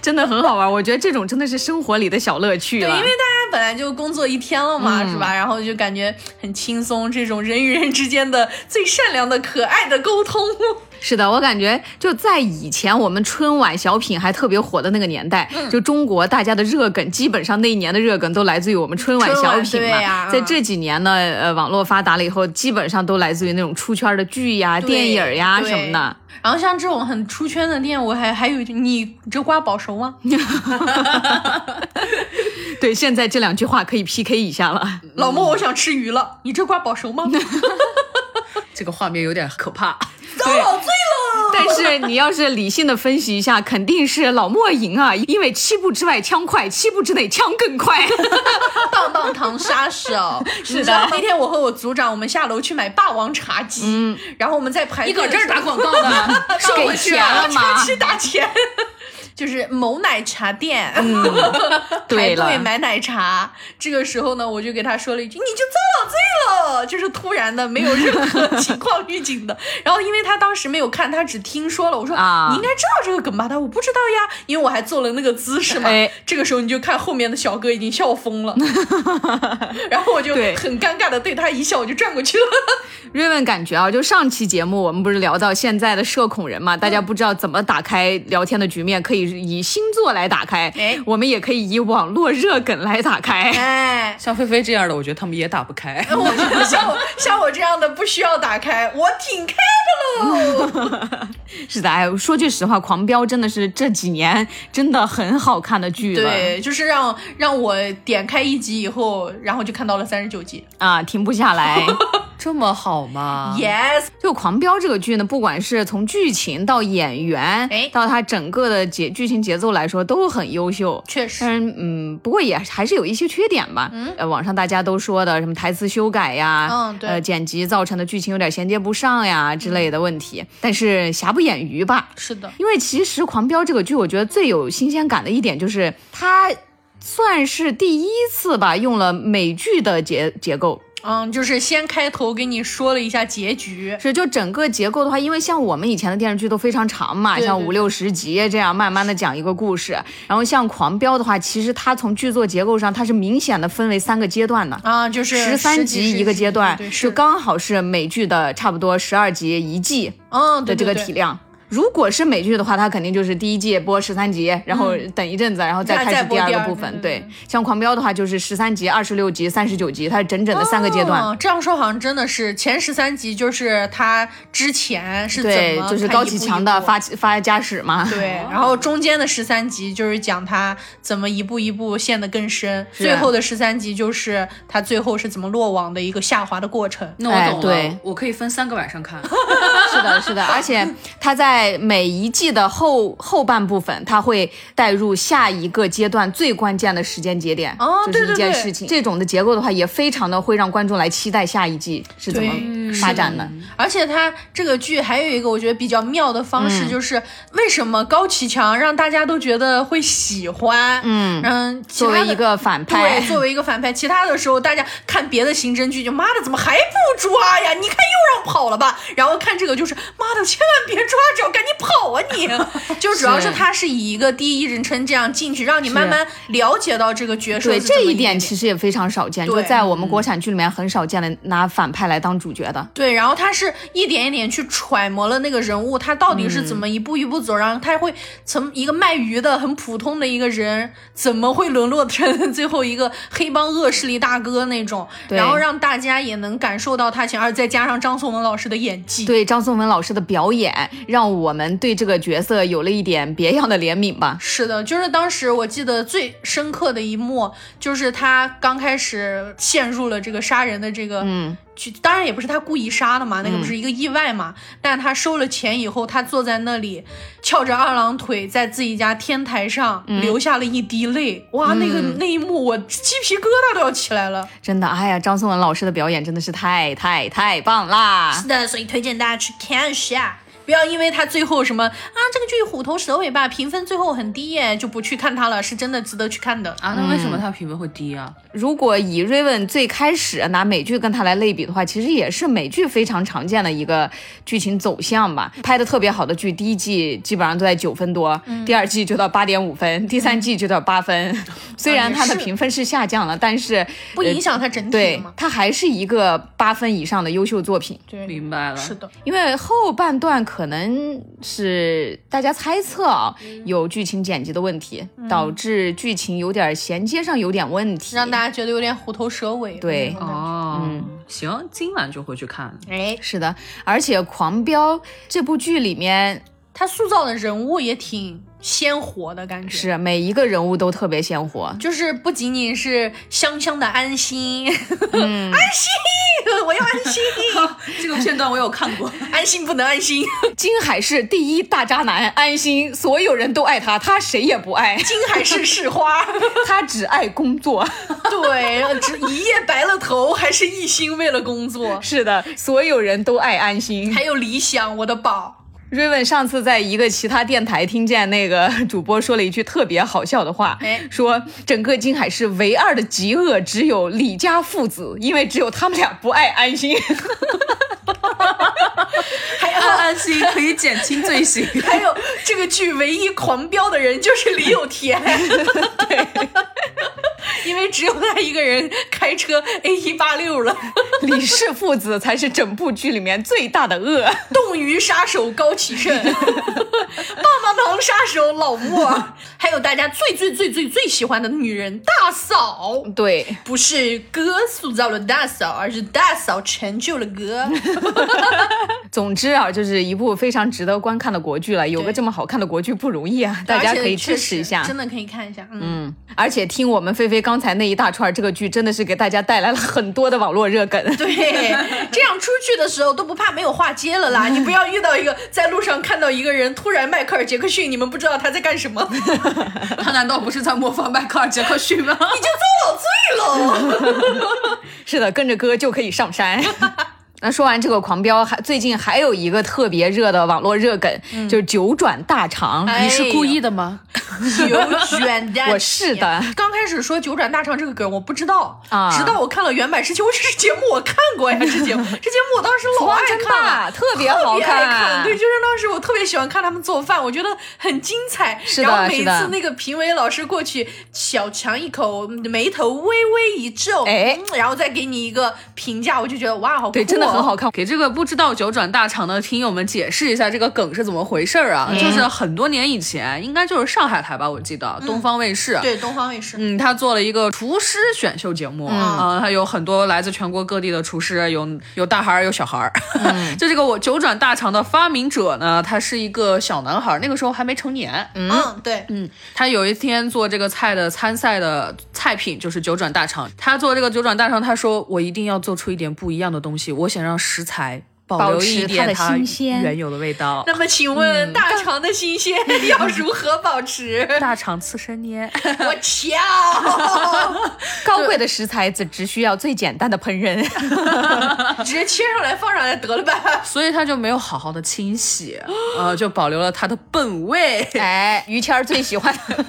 Speaker 1: 真的很好玩，我觉得这种真的是生活里的小乐趣
Speaker 2: 对，嗯
Speaker 1: 了。
Speaker 2: 因为大家本来就工作一天了嘛，是吧？然后就感觉很轻松，这种人与人之间的最善良的、可爱的沟通。 (laughs)
Speaker 1: 是的，我感觉就在以前我们春晚小品还特别火的那个年代，
Speaker 2: 嗯
Speaker 1: 就中国大家的热梗，基本上那一年的热梗都来自于我们春晚
Speaker 2: 春
Speaker 1: 小
Speaker 2: 晚
Speaker 1: 品
Speaker 2: 对
Speaker 1: 嘛。
Speaker 2: 呀
Speaker 1: 在
Speaker 2: 嗯
Speaker 1: 这几年呢，呃，网络发达了以后，基本上都来自于那种出圈的剧呀、电影呀
Speaker 2: 对
Speaker 1: 什么的。
Speaker 2: 然后像这种很出圈的店，我还还有一句你这瓜保熟吗？
Speaker 1: 对，现在这两句话可以 PK 一下了。
Speaker 2: 老莫，我想吃鱼了，你这瓜保熟吗？ (laughs)
Speaker 3: 这个画面有点可怕。
Speaker 2: 哦
Speaker 1: (laughs) 但是你要是理性的分析一下，肯定是老莫赢啊，因为七步之外枪快，七步之内枪更快。
Speaker 2: 棒棒糖杀手 (laughs) 是的。那天我和我组长，我们下楼去买霸王茶姬，然后我们在排队的时候，
Speaker 3: 广告
Speaker 1: (laughs)
Speaker 3: 呢？
Speaker 1: 收回去啊
Speaker 2: 给钱了吗？去打钱。 (laughs) 就是某奶茶店，
Speaker 1: 嗯
Speaker 2: (laughs)
Speaker 1: 对了
Speaker 2: 排队买奶茶。这个时候呢，我就给他说了一句：“你就遭老罪了。”就是突然的，没有任何情况预警的。 (laughs) 然后，因为他当时没有看，他只听说了。我说：“
Speaker 1: 啊
Speaker 2: 你应该知道这个梗吧？”他说：“我不知道呀，因为我还做了那个姿势嘛。
Speaker 1: 哎
Speaker 2: 这个时候你就看后面的小哥已经笑
Speaker 1: (laughs)
Speaker 2: 疯了，然后我就
Speaker 1: 对
Speaker 2: 很尴尬的对他一笑，我就转过去了。
Speaker 1: 瑞文感觉啊，就上期节目我们不是聊到现在的社恐人嘛，大家不知道怎么打开聊天的局面，可以以星座来打开，
Speaker 2: 哎
Speaker 1: 我们也可以以网络热梗来打
Speaker 2: (laughs)
Speaker 1: 开。
Speaker 2: 哎，
Speaker 3: 像菲菲这样的，我觉得他们也打不开。
Speaker 1: 哦
Speaker 2: 我觉得像我 (laughs) 像我这样的不需要打开，我挺开的喽。
Speaker 1: 是的，哎，说句实话，《狂飙》真的是这几年真的很好看的剧了，
Speaker 2: 对，就是让让我点开一集以后，然后就看到了三十九集。
Speaker 1: 啊，停不下来。
Speaker 3: 这么好
Speaker 1: 啊
Speaker 3: 吗
Speaker 2: Yes，
Speaker 1: 就《狂飙》这个剧呢，不管是从剧情到演员，
Speaker 2: 哎
Speaker 1: 到它整个的节剧情节奏来说，都很优秀。
Speaker 2: 确实，
Speaker 1: 但是，嗯，不过也还是有一些缺点吧。呃，网上大家都说的什么台词修改呀，
Speaker 2: 嗯对嗯
Speaker 1: 呃，剪辑造成的剧情有点衔接不上呀之类的问题。但是瑕不掩瑜吧，
Speaker 2: 是的，
Speaker 1: 因为其实《狂飙》这个剧，我觉得最有新鲜感的一点就是它算是第一次吧，用了美剧的结结构。
Speaker 2: 嗯，就是先开头给你说了一下结局，
Speaker 1: 是，就整个结构的话，因为像我们以前的电视剧都非常长嘛，
Speaker 2: 对
Speaker 1: 像
Speaker 2: 对
Speaker 1: 五
Speaker 2: 对
Speaker 1: 六十集这样慢慢的讲一个故事。然后像《狂飙》的话，其实它从剧作结构上，它是明显的分为三个阶段的。
Speaker 2: 啊，就是
Speaker 1: 十三集一个阶段，
Speaker 2: 啊对，，
Speaker 1: 就是刚好是美剧的差不多十二集一季
Speaker 2: 嗯，对
Speaker 1: 的这个体，量。如果是美剧的话，它肯定就是第一季播十三集，然后等一阵子，然后再
Speaker 2: 嗯再
Speaker 1: 开
Speaker 2: 再
Speaker 1: 始
Speaker 2: 播
Speaker 1: 第二
Speaker 2: 第
Speaker 1: 个
Speaker 2: 二
Speaker 1: 部
Speaker 2: 个
Speaker 1: 分。
Speaker 2: 对对
Speaker 1: 对，像《狂飙》的话就是十三集、二十六集、三十九集，它是整整的三个阶段。
Speaker 2: 哦。这样说好像真的是前十三集，就是他之前是怎
Speaker 1: 对，
Speaker 2: 么
Speaker 1: 就是
Speaker 2: 他
Speaker 1: 高
Speaker 2: 一
Speaker 1: 启
Speaker 2: 步一
Speaker 1: 强的
Speaker 2: 步
Speaker 1: 发起发家史嘛。
Speaker 2: 对，然后中间的十三集就是讲他怎么一步一步陷得更深，最后的十三集就是他最后是怎么落网的一个下
Speaker 1: 嗯
Speaker 2: 滑的过程。
Speaker 3: 那我懂了，
Speaker 1: 哎对 (laughs)
Speaker 3: 我可以分三个晚上看。
Speaker 1: 是的，是的，而且他在在每一季的后后半部分，它会带入下一个阶段最关键的时间节点，
Speaker 2: 哦
Speaker 1: 就是
Speaker 2: 对对
Speaker 1: 一件
Speaker 2: 对
Speaker 1: 事情。这种的结构的话，也非常的会让观众来期待下一季是怎么发展的。
Speaker 2: 而且他这个剧还有一个我觉得比较妙的方
Speaker 1: 嗯
Speaker 2: 式，就是为什么高启强让大家都觉得会喜欢？嗯嗯，其
Speaker 1: 作
Speaker 2: 他
Speaker 1: 为
Speaker 2: 的
Speaker 1: 一个反派
Speaker 2: 对，，作为一个反派，其他的时候大家看别的刑侦剧就妈的怎么还不抓呀？你看又让跑了吧？然后看这个就是妈的千万别抓着，赶紧跑啊你！
Speaker 1: (laughs)
Speaker 2: 就主要是
Speaker 1: 是
Speaker 2: 他是以一个第一人称这样进去，让你慢慢了解到这个角
Speaker 1: (laughs)
Speaker 2: 色
Speaker 1: 对
Speaker 2: 是怎么
Speaker 1: 这
Speaker 2: 一
Speaker 1: 一点其实也非常少见，就
Speaker 2: 对嗯
Speaker 1: 在我们国产剧里面很少见的拿反派来当主角的。
Speaker 2: 对，然后他是一点一点去揣摩了那个人物，他到底是怎么一步一步走，然后他会从一个卖鱼的很普通的一个人，怎么会沦落成 (laughs) 最后一个黑帮恶势力大哥那种，
Speaker 1: 对
Speaker 2: 然后让大家也能感受到他情，而再加上张颂文老师的演技，
Speaker 1: 对张颂文老师的表演，让我们对这个角色有了一点别样的怜悯吧。
Speaker 2: 是的，就是当时我记得最深刻的一幕，就是他刚开始陷入了这个杀人的这个，嗯，当然也不是他故意杀的嘛，那个不是一个意外嘛。但他收了钱以后，他坐在那里翘着二郎腿，在自己家天台上、流下了一滴泪。哇，那个那一幕我鸡皮疙瘩都要起来了。
Speaker 1: 真的，哎呀，张颂文老师的表演真的是太太太棒啦
Speaker 2: 是！的，所以推荐大家去看一下。不要因为他最后什么啊，这个剧虎头蛇尾吧，评分最后很低耶，就不去看它了，是真的值得去看的。
Speaker 3: 啊，那为什么
Speaker 2: 嗯
Speaker 3: 它评分会低啊？
Speaker 1: 如果以 Raven 最开始拿美剧跟他来类比的话，其实也是美剧非常常见的一个剧情走向吧。拍的特别好的剧，第一季基本上都在九分多，
Speaker 2: 嗯
Speaker 1: 第二季就到八点五分，第三季就到八
Speaker 2: (laughs)
Speaker 1: 分。虽然它的
Speaker 2: 哦也是
Speaker 1: 评分是下降了，但是
Speaker 2: 不
Speaker 1: 呃
Speaker 2: 影响它整体的
Speaker 1: 对
Speaker 2: 嘛。
Speaker 1: 它还是一个八分以上的优秀作品。
Speaker 2: 对
Speaker 3: 明白了，
Speaker 2: 是的，
Speaker 1: 因为后半段可能是大家猜测啊，
Speaker 2: 嗯
Speaker 1: 有剧情剪辑的问题，导致剧情有点衔接上有点问题，
Speaker 2: 让大家觉得有点虎头蛇尾。
Speaker 1: 对
Speaker 2: 那种感觉，嗯
Speaker 3: 哦，行，今晚就回去
Speaker 2: (laughs)
Speaker 3: 看了。
Speaker 2: 哎，
Speaker 1: 是的，而且《狂飙》这部剧里面
Speaker 2: 他塑造的人物也挺鲜活的感觉。。
Speaker 1: 是每一个人物都特别鲜活，
Speaker 2: 就是不仅仅是香香的安心，
Speaker 1: 嗯
Speaker 2: (laughs) 安心，我要安心，
Speaker 3: (laughs) 这个片段我有看过，
Speaker 2: (laughs) 安心不能安心。
Speaker 1: 金海是第一大渣男，安心，所有人都爱他，他谁也不爱， (laughs)
Speaker 2: 金海市市
Speaker 3: (laughs)
Speaker 2: 花，
Speaker 1: 他只爱工作。 (laughs)
Speaker 2: 对，只一夜白了头，还是一心为了工作，
Speaker 1: 是的，所有人都爱安心。
Speaker 2: 还有理想，我的宝。
Speaker 1: 瑞文上次在一个其他电台听见那个主播说了一句特别好笑的话，
Speaker 2: 哎
Speaker 1: 说整个金海市唯二的极恶只有李家父子，因为只有他们俩不爱安心。
Speaker 2: 还有
Speaker 3: 安安心可以减轻罪行。
Speaker 2: (laughs) 还有这个剧唯一狂飙的人就是李有
Speaker 1: (laughs)
Speaker 2: 田，因为只有他一个人开车 A 一八六了。
Speaker 1: 李氏父子才是整部剧里面最大的
Speaker 2: (laughs)
Speaker 1: 恶。
Speaker 2: 冻鱼杀手高启盛，棒棒糖杀手老莫，还有大家最最最最最喜欢的女人大嫂。
Speaker 1: 对，
Speaker 2: 不是哥塑造了大嫂，而是大嫂成就了哥。
Speaker 1: 总之啊，就是一部非常值得观看的国剧了。有个
Speaker 2: 对
Speaker 1: 这么好看的国剧不容易啊，大家可以支持一
Speaker 2: 而
Speaker 1: 下
Speaker 2: 且确实。真的可以看一下。嗯，
Speaker 1: 嗯，而且听我们菲菲刚才那一大串儿，这个剧真的是给大家带来了很多的网络热梗。
Speaker 2: (laughs) 对，这样出去的时候都不怕没有话接了啦。你不要遇到一个在路上看到一个人突然迈克尔·杰克逊，你们不知道他在干什么，你就
Speaker 3: 他难道不是在模仿迈克尔·杰克逊吗？
Speaker 2: 遭老
Speaker 1: (laughs)
Speaker 2: 罪喽。
Speaker 1: 是的，跟着歌就可以上
Speaker 2: (laughs)
Speaker 1: 山。那说完这个狂飙，还最近还有一个特别热的网络热梗，就是九转大肠。
Speaker 2: (laughs) 嗯哎
Speaker 3: 你是故意的吗？
Speaker 2: 九转大
Speaker 1: 我是的。
Speaker 2: 刚开始说九转大肠这个梗我不知道，
Speaker 1: 啊
Speaker 2: 直到我看了原版，之前我这节目我看过呀，这节目这节目我当时老爱
Speaker 1: 真
Speaker 2: 看了。
Speaker 1: 大，特别好
Speaker 2: 特别爱看，
Speaker 1: 看。
Speaker 2: 对，就是当时我特别喜欢看他们做饭，我觉得很精彩。
Speaker 1: 是的
Speaker 2: 然后每一
Speaker 1: 是的
Speaker 2: 次那个评委老师过去小尝一口，眉头微微一皱，
Speaker 1: 哎
Speaker 2: 嗯然后再给你一个评价，我就觉得哇，好酷、哦，
Speaker 1: 对，真的很好。看。
Speaker 3: 给这个不知道九转大肠的听友们解释一下这个梗是怎么回事儿啊？
Speaker 2: 嗯
Speaker 3: 就是很多年以前，应该就是上海台吧，我记得
Speaker 2: 嗯
Speaker 3: 东方卫视。啊
Speaker 2: 对，东方卫视，
Speaker 3: 嗯，他做了一个厨师选秀节目，啊、他有很多来自全国各地的厨师，有有大孩儿，有小孩儿。 (laughs) 就这个我九转大肠的发明者呢，他是一个小男孩儿，那个时候还没成年。
Speaker 2: 嗯，对，
Speaker 3: 嗯，他有一天做这个菜的参赛的菜品就是九转大肠。他做这个九转大肠，他说我一定要做出一点不一样的东西，我想让食材保留一
Speaker 1: 持它
Speaker 3: 点
Speaker 1: 的
Speaker 3: 它
Speaker 1: 新鲜
Speaker 3: 原有的
Speaker 2: (laughs)
Speaker 3: 味道。
Speaker 2: 那么，请问大肠的新鲜 (laughs) 要如何保
Speaker 3: (laughs)
Speaker 2: 持？
Speaker 3: 大肠刺身捏，
Speaker 2: 我跳，
Speaker 1: 高贵的食材只只需要最简单的烹饪。
Speaker 2: 直接切上来放上来得了
Speaker 3: (laughs)
Speaker 2: 呗。
Speaker 3: 所以它就没有好好的清洗，呃，就保留了它的本味。
Speaker 1: (laughs) 哎，于谦儿最喜欢
Speaker 2: (laughs)
Speaker 1: 的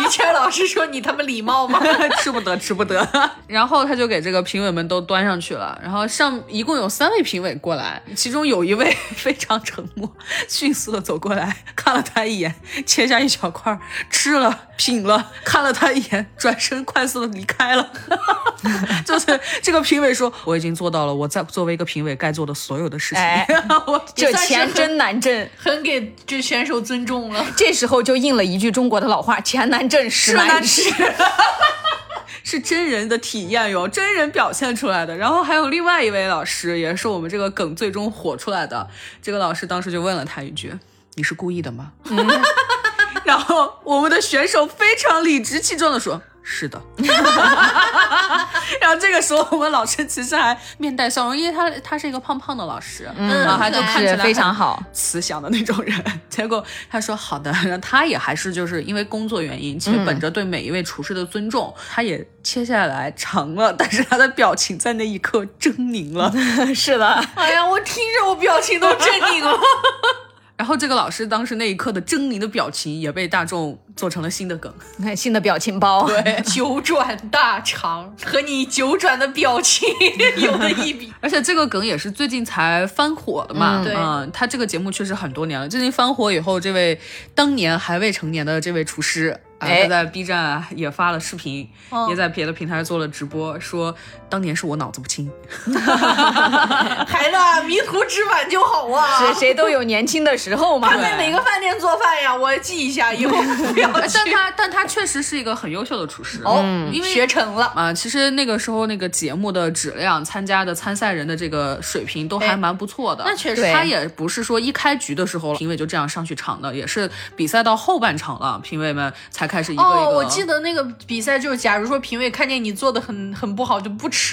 Speaker 2: 于谦老师说你他妈礼貌吗？
Speaker 3: (laughs) 吃不得，吃
Speaker 1: (laughs)
Speaker 3: 不得。然后他就给这个评委们都端上去了。然后上一共有三位评委过来，其中有一位非常沉默，迅速的走过来，看了他一眼，切下一小块儿，吃了，品了，看了他一眼，转身快速的离开了。 (laughs) 就是这个评委说：“我已经做到了我在作为一个评委该做的所有的事情。
Speaker 1: 哎
Speaker 3: (laughs) 我
Speaker 1: 这
Speaker 2: 算是
Speaker 1: 钱
Speaker 2: 很
Speaker 1: 真难挣。
Speaker 2: 很给这选手尊重了。
Speaker 1: 这时候就应了一句中国的老话：钱难挣，屎难吃。 (laughs)
Speaker 3: 是真人的体验哟，真人表现出来的。然后还有另外一位老师，也是我们这个梗最终火出来的。这个老师当时就问了他一句：“你是故意的吗？”
Speaker 1: 嗯
Speaker 3: (laughs) 然后我们的选手非常理直气壮的说：“是的。”然后这个时候，我们老师其实还面带笑容，因为他他是一个胖胖的老师，然
Speaker 1: 啊
Speaker 3: 后他就
Speaker 2: 很可爱
Speaker 3: 看起来
Speaker 1: 嗯是非
Speaker 3: 很
Speaker 1: 常好。
Speaker 2: (laughs)
Speaker 3: 慈祥的那种人。 (laughs) 结果他说好的， (laughs) 然后他也还是就是因为工作原因，其实本着对每一位厨师的尊重，他也切下来尝了，但是他的表情在那一刻狰狞了。 (laughs)
Speaker 1: 是的，
Speaker 2: 哎呀，我听着我表情都狰狞了。
Speaker 3: 然后这个老师当时那一刻的狰狞的表情也被大众做成了新的梗。
Speaker 1: 你 (laughs) 看新的表情包。
Speaker 2: (laughs) 九转大肠和你九转的表 (laughs) 情有的一比。
Speaker 3: 而且这个梗也是最近才翻火的嘛，
Speaker 1: 嗯
Speaker 2: 对
Speaker 3: 嗯，他这个节目确实很多年了。最近翻火以后，这位当年还未成年的这位厨师。啊，
Speaker 1: 哎
Speaker 3: 他在 B 站啊也发了视频，也在别的平台做了直播，说当年是我脑子不清，
Speaker 2: 孩子啊，迷途知返就好啊。
Speaker 1: 谁谁都有年轻的时候嘛
Speaker 2: 他。在哪个饭店做饭呀？我记一下，以后不要
Speaker 3: 哎
Speaker 2: (laughs)
Speaker 3: 但
Speaker 2: 去。
Speaker 3: 他 (laughs) 但他确实是一个很优秀的厨师
Speaker 2: 哦，
Speaker 3: 因为
Speaker 2: 学成了。
Speaker 3: 啊、其实那个时候那个节目的质量、参加的参赛人的这个水平都还
Speaker 2: 哎
Speaker 3: 蛮不错的。
Speaker 2: 那确实
Speaker 1: 对
Speaker 3: 他也不是说一开局的时候评委就这样上去场的，也是比赛到后半场了，评委们才开始一个一个。
Speaker 2: 哦，我记。得那个比赛就是，假如说评委看见你做的很很不好，就不吃。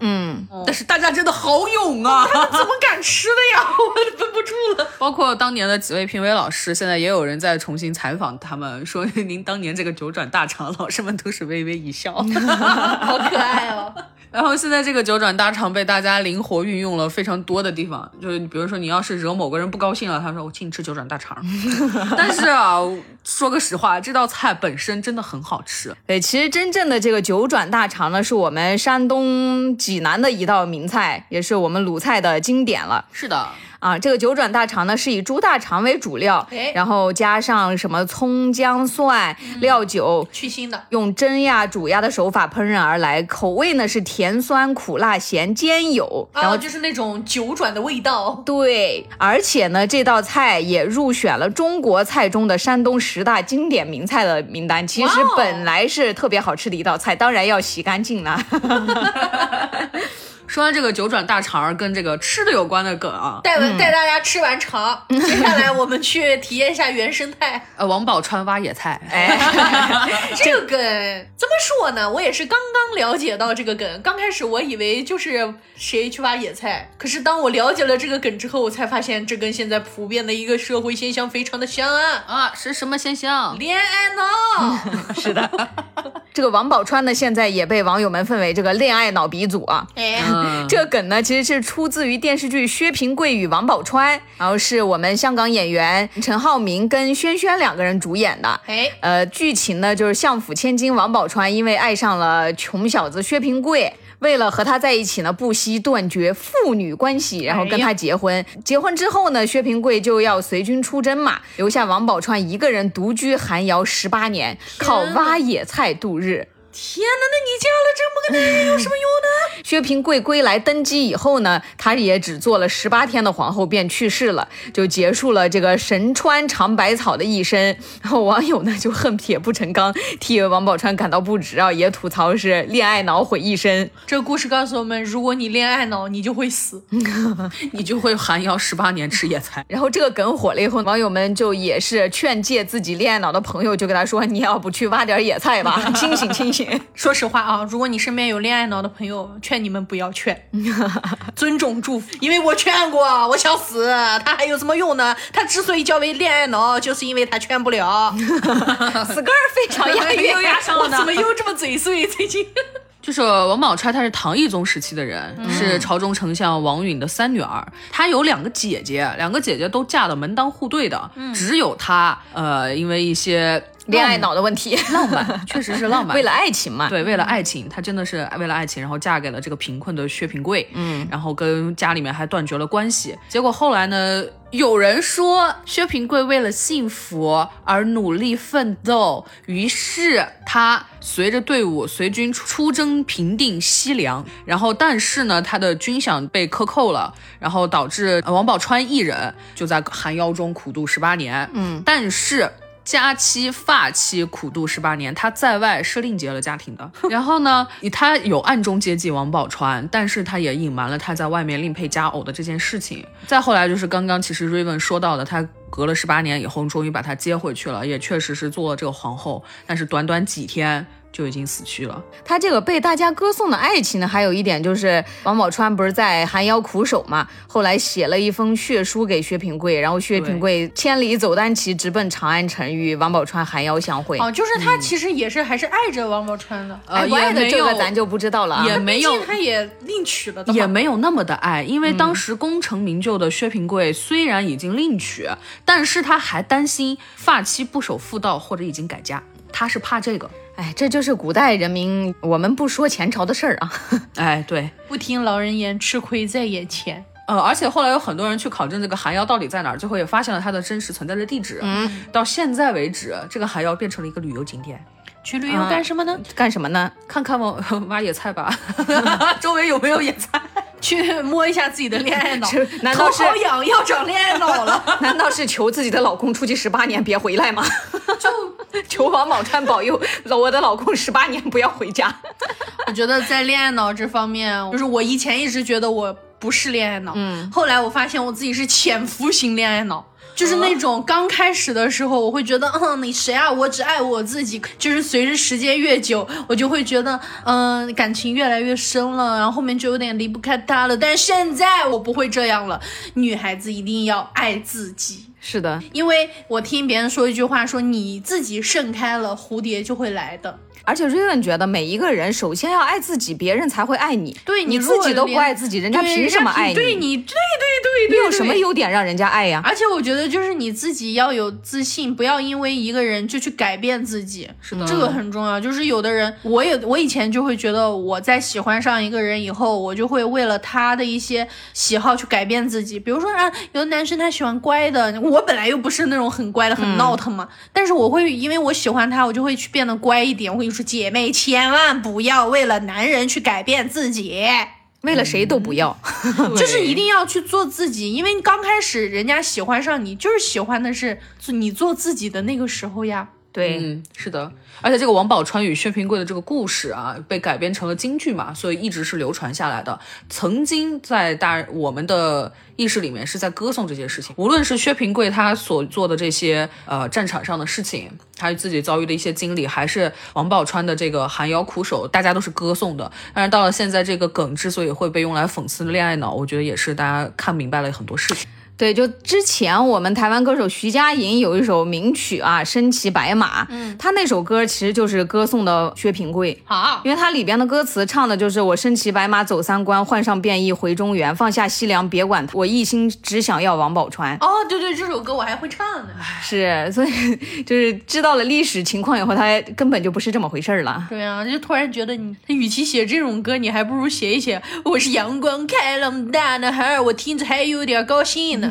Speaker 1: 嗯，
Speaker 3: 但是大家真的好勇啊！
Speaker 2: 怎么敢吃的呀？ (laughs) 我绷不住 (laughs) 了。
Speaker 3: (laughs) 包括当年的几位评委老师，现在也有人在重新采访他们，说 (laughs) 您当年这个九转大肠，老师们都是微微一 (laughs) 笑。
Speaker 2: 好可爱哦！
Speaker 3: 然后现在这个九转大肠被大家灵活运用了非常多的地方，就是比如说你要是惹某个人不高兴了，他说我请你吃九转大 (laughs) 肠。但是啊，说个实话，这道菜本身真的很好吃，
Speaker 1: 对，其实真正的这个九转大肠呢，是我们山东济南的一道名菜，也是我们鲁菜的经典了。
Speaker 3: 是的，
Speaker 1: 啊，这个九转大肠呢是以猪大肠为主料
Speaker 2: 哎，
Speaker 1: 然后加上什么葱姜蒜、料酒。
Speaker 2: (laughs) 去腥的，
Speaker 1: 用蒸呀、煮呀的手法烹饪而来，口味呢是甜酸苦辣咸兼有，然
Speaker 2: 然
Speaker 1: 后
Speaker 2: 后就是那种九转的味道。
Speaker 1: 对，而且呢，这道菜也入选了中国菜中的山东十大经典名菜的名单。其实
Speaker 2: 哇哦
Speaker 1: 本来是特别好吃的一道菜，当然要洗干净啊
Speaker 2: (laughs)
Speaker 1: 啦。
Speaker 3: 说完这个九转大肠跟这个吃的有关的梗啊，
Speaker 2: 带文带大家吃完肠，接下来我们去体验一下原生态。
Speaker 3: 呃，王宝钏挖野菜，
Speaker 1: 哎
Speaker 2: 这个梗怎么说呢？我也是刚刚了解到这个梗。刚开始我以为就是谁去挖野菜，可是当我了解了这个梗之后，我才发现这跟现在普遍的一个社会现象非常的相安。
Speaker 3: 啊，是什么现 (laughs) 象？
Speaker 2: 恋爱脑，
Speaker 1: 这个王宝钏呢，现在也被网友们奉为这个恋爱脑鼻祖啊。
Speaker 2: 哎，
Speaker 3: 嗯，
Speaker 1: 这个梗呢，其实是出自于电视剧《薛平贵与王宝钏》，然后是我们香港演员陈浩民跟轩轩两个人主演的。
Speaker 2: 哎，
Speaker 1: 呃，剧情呢就是相府千金王宝钏因为爱上了穷小子薛平贵。为了和他在一起呢，不惜断绝父女关系，然后跟他结婚。结婚之后呢，薛平贵就要随军出征嘛，留下王宝钏一个人独居寒窑十八年，靠挖野菜度日。
Speaker 2: 天哪，那你嫁了这么个男人有什么用 (laughs) 呢？
Speaker 1: 薛平贵归来登基以后呢，她也只做了十八天的皇后便去世了，就结束了这个神川尝百草的一生。 (laughs) 然后网友呢就恨铁不成钢，替王宝钏感到不值啊，也吐槽是恋爱脑毁一生。
Speaker 2: 这故事告诉我们，如果你恋爱脑，你就会死。
Speaker 3: 你就会寒窑十八年吃野菜。
Speaker 1: 然后这个梗火了以后，网友们就也是劝诫自己恋爱脑的朋友，就跟他说：“你要不去挖点野菜吧，清醒清醒。”
Speaker 2: 说实话啊，如果你身边有恋爱脑的朋友，劝你们不要劝，尊重祝福，因为我劝过，我想死，他还有什么用呢？他之所以叫为恋爱脑，就是因为他劝不了。
Speaker 1: 死根儿非常
Speaker 2: (laughs)
Speaker 1: 押韵，
Speaker 2: 又压上了呢，怎么又这么嘴碎？ (laughs) 最近
Speaker 3: 就是王宝钏，她是唐懿宗时期的人，
Speaker 1: 嗯
Speaker 3: 是朝中丞相王允的三女儿。她有两个姐姐，两个姐姐都嫁的门当户对的，只有她，呃，因为一些
Speaker 1: 嗯恋爱脑的问题，
Speaker 3: 浪漫， (laughs) 确实是浪漫，
Speaker 1: (laughs) 为了爱情嘛。
Speaker 3: 对，为了爱情，她真的是为了爱情，然后嫁给了这个贫困的薛平贵，嗯，然后跟家里面还断绝了关系。结果后来呢，有人说薛平贵为了幸福而努力奋斗，于是他随着队伍随军出征平定西凉，然后但是呢，他的军饷被克扣了，然后导致呃王宝钏一人就在寒窑中苦度十八年，嗯，但是。佳期、发妻苦度十八年，他在外是另结了家庭的。然后呢，他有暗中接济王宝钏，但是他也隐瞒了他在外面另配佳偶的这件事情。再后来就是刚刚其实 Raven 说到的，他隔了十八年以后，终于把她接回去了，也确实是做了这个皇后，但是短短几天就已经死去了。
Speaker 1: 他这个被大家歌颂的爱情呢，还有一点就是王宝钏不是在寒窑苦守嘛，后来写了一封血书给薛平贵，然后薛平贵千里走单骑，直奔长安城，与王宝钏寒窑相会。
Speaker 2: 哦，就是他其实也是还是爱着王宝钏的，
Speaker 1: 哎，
Speaker 3: 呃，
Speaker 1: 不爱的
Speaker 3: 也没
Speaker 1: 这个
Speaker 3: 有
Speaker 1: 咱就不知道了啊。
Speaker 3: 也没有
Speaker 2: 毕竟他也另娶了的嘛，
Speaker 3: 也没有那么的嗯爱，因为当时功成名就的薛平贵虽然已经另娶，但是他还担心发妻不守妇道或者已经改嫁，他是怕这个。
Speaker 1: 哎，这就是古代人民，我们不说前朝的事儿啊。 (laughs)
Speaker 3: 哎，对，
Speaker 2: 不听老人言，吃亏在眼前。
Speaker 3: 呃，而且后来有很多人去考证这个寒窑到底在哪儿，最后也发现了它的真实存在的地址。嗯，到现在为止，这个寒窑变成了一个旅游景点。
Speaker 2: 去旅游干什么呢？ (laughs)
Speaker 1: 干什么呢？ (laughs)
Speaker 3: 看看我挖野菜 (laughs) 吧，周围有没有野菜？
Speaker 2: 去摸一下自己的恋爱脑， (laughs)
Speaker 1: 难道是
Speaker 2: 头好痒要长恋爱脑了？
Speaker 1: 难道是求自己的老公出去十八年别回来吗？就求王宝钏保佑我的老公十八年不要回家。
Speaker 2: 我觉得在恋爱脑这方面，就是我以前一直觉得我不是恋爱脑，嗯，后来我发现我自己是潜伏型恋爱脑。就是那种刚开始的时候，我会觉得，嗯，你谁啊？我只爱我自己。就是随着时间越久，我就会觉得，嗯、感情越来越深了，然后后面就有点离不开他了。但现在我不会这样了，女孩子一定要爱自己。
Speaker 1: 是的，
Speaker 2: 因为我听别人说一句话，说你自己盛开了，蝴蝶就会来的。
Speaker 1: 而且瑞文觉得每一个人首先要爱自己，别人才会爱你。
Speaker 2: 对
Speaker 1: 你
Speaker 2: 你
Speaker 1: 自己都不爱自己，人家
Speaker 2: 对
Speaker 1: 凭什么爱
Speaker 2: 人家对你，对对对
Speaker 1: 你
Speaker 2: 对，
Speaker 1: 有什么
Speaker 2: 对？
Speaker 1: 优点让人家爱呀？
Speaker 2: 而且我觉得就是你自己要有自信，不要因为一个人就去改变自己，
Speaker 1: 嗯
Speaker 2: 是
Speaker 3: 的
Speaker 2: 这个很重要。就是有的人，我也我以前就会觉得，我在喜欢上一个人以后，我就会为了他的一些喜好去改变自己。比如说啊，有的男生他喜欢乖的，我本来又不是那种很乖的、
Speaker 1: 嗯
Speaker 2: 很闹腾嘛，但是我会因为我喜欢他，我就会去变得乖一点。我跟你说，姐妹千万不要为了男人去改变自己。
Speaker 1: 为了谁都不要。
Speaker 2: 就是一定要去做自己，因为你刚开始人家喜欢上你，就是喜欢的是做你做自己的那个时候呀。
Speaker 1: 对，
Speaker 3: 嗯，是的，而且这个王宝钏与薛平贵的这个故事啊，被改编成了京剧嘛，所以一直是流传下来的。曾经在大我们的意识里面是在歌颂这些事情，无论是薛平贵他所做的这些呃战场上的事情，他自己遭遇的一些经历，还是王宝钏的这个寒窑苦守，大家都是歌颂的。但是到了现在，这个梗之所以会被用来讽刺恋爱脑，我觉得也是大家看明白了很多事情。
Speaker 1: 对，就之前我们台湾歌手徐佳莹有一首名曲啊，《身骑白马》，嗯，她那首歌其实就是歌颂的薛平贵。
Speaker 2: 好，
Speaker 1: 因为它里边的歌词唱的就是我身骑白马走三关，换上便衣回中原，放下西凉别管他，我一心只想要王宝钏。
Speaker 2: 哦，对对，这首歌我还会唱呢。
Speaker 1: 是，所以 (laughs) 就是知道了历史情况以后，他根本就不是这么回事儿
Speaker 2: (laughs)
Speaker 1: 了。
Speaker 2: 对啊，就突然觉得你，与其写这种歌，你还不如写一写“我是阳光开朗的大男孩”，我听着还有点高兴呢。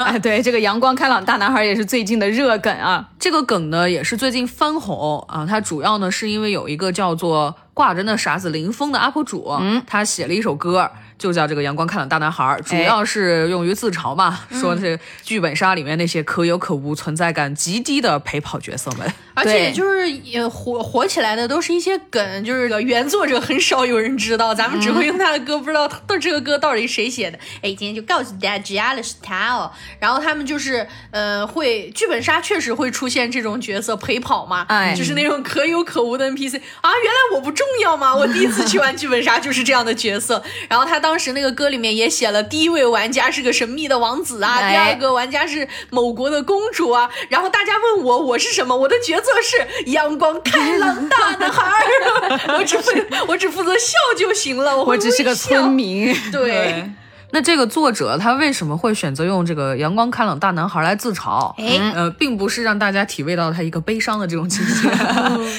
Speaker 1: 哎，对，这个阳光开朗大男孩也是最近的热梗啊。
Speaker 3: 这个梗呢也是最近翻红啊，它主要呢是因为有一个叫做挂着那傻子林峰的 UP 主，嗯，他写了一首歌，就叫这个《阳光开朗大男孩》，主要是用于自嘲嘛，说是剧本杀里面那些可有可无、存在感极低的陪跑角色们。
Speaker 2: 而且就是也火火起来的都是一些梗，就是原作者很少有人知道，咱们只会用他的歌，不知道他这个歌到底谁写的。哎，今天就告诉大家了，是他哦。然后他们就是呃，会剧本杀确实会出现这种角色陪跑嘛，
Speaker 1: 哎
Speaker 2: 就是那种可有可无的 NPC 啊，原来我不重要吗？我第一次去玩剧本杀就是这样的角色。然后他当时那个歌里面也写了，第一位玩家是个神秘的王子啊，
Speaker 1: 哎
Speaker 2: 第二个玩家是某国的公主啊。然后大家问我我是什么，我的角色是阳光开朗大男孩
Speaker 1: (laughs)
Speaker 2: 儿，我只负我只负责笑就行了，我会
Speaker 1: 我只是个
Speaker 2: 微笑
Speaker 1: 村民。 (laughs)
Speaker 2: 对。
Speaker 3: 那这个作者他为什么会选择用这个阳光开朗大男孩来自嘲？
Speaker 2: 哎
Speaker 3: 呃，并不是让大家体味到他一个悲伤的这种
Speaker 2: (laughs)
Speaker 3: 情绪，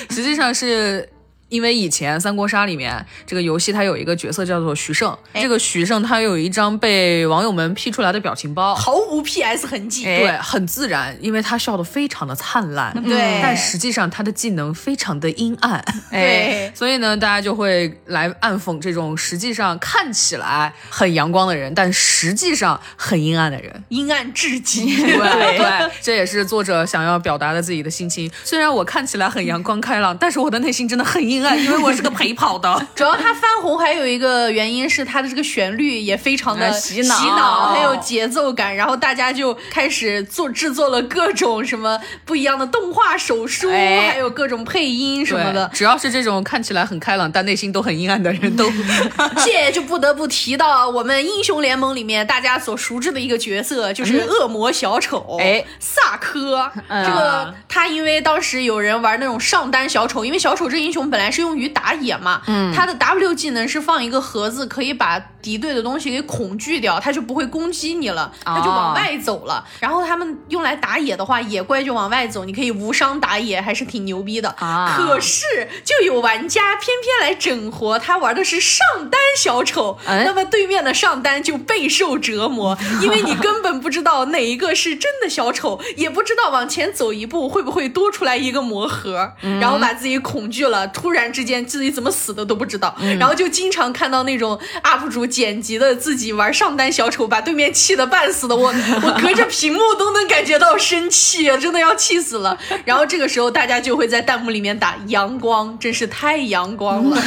Speaker 3: 实际上是。因为以前《三国杀》里面这个游戏，它有一个角色叫做徐盛，
Speaker 2: 哎
Speaker 3: 这个徐盛他有一张被网友们 P 出来的表情包，
Speaker 2: 毫无 PS 痕迹，
Speaker 1: 哎
Speaker 3: 对，很自然，因为他笑得非常的灿烂，
Speaker 2: 对
Speaker 3: 但实际上他的技能非常的阴暗，
Speaker 1: 哎
Speaker 2: 对，
Speaker 3: 所以呢，大家就会来暗讽这种实际上看起来很阳光的人，但实际上很阴暗的人。
Speaker 2: 阴暗至
Speaker 1: (laughs)
Speaker 2: 极。
Speaker 3: 对对，这也是作者想要表达的自己的心情。虽然我看起来很阳光开朗，但是我的内心真的很阴暗，因为我是个陪跑的。
Speaker 2: 主要它翻红还有一个原因是它的这个旋律也非常的
Speaker 1: 哎洗脑
Speaker 2: 很有节奏感，然后大家就开始做制作了各种什么不一样的动画手书，
Speaker 1: 哎
Speaker 2: 还有各种配音什
Speaker 3: (laughs) 对
Speaker 2: 么的。
Speaker 3: 只要是这种看起来很开朗但内心都很阴暗的人， (laughs) 都
Speaker 2: (laughs) 这就不得不提到我们英雄联盟里面大家所熟知的一个角色，就是恶魔小丑，
Speaker 1: 嗯哎，嗯
Speaker 2: 萨科。这个他因为当时有人玩那种上单小丑，因为小丑这英雄本来是用于打野嘛，嗯，他的 W 技能是放一个盒子，可以把敌对的东西给恐惧掉，他就不会攻击你了，
Speaker 1: 哦
Speaker 2: 他就往外走了。然后他们用来打野的话，野怪就往外走，你可以无伤打野，还是挺牛逼的。
Speaker 1: 啊
Speaker 2: 可是就有玩家偏偏来整活，他玩的是上单小丑，
Speaker 1: 哎
Speaker 2: 那么对面的上单就备受折磨，因为你根本不知道哪一个是真的小丑，也不知道往前走一步会不会多出来一个魔盒，然后把自己恐惧了，突然之间自己怎么死的都不知道，然后就经常看到那种 UP 主剪辑的自己玩上单小丑，把对面气得半死的，我 (laughs) 我隔着屏幕都能感觉到生气，真的要气死了。 (laughs) 然后这个时候大家就会在弹幕里面打阳光，真是太阳光了，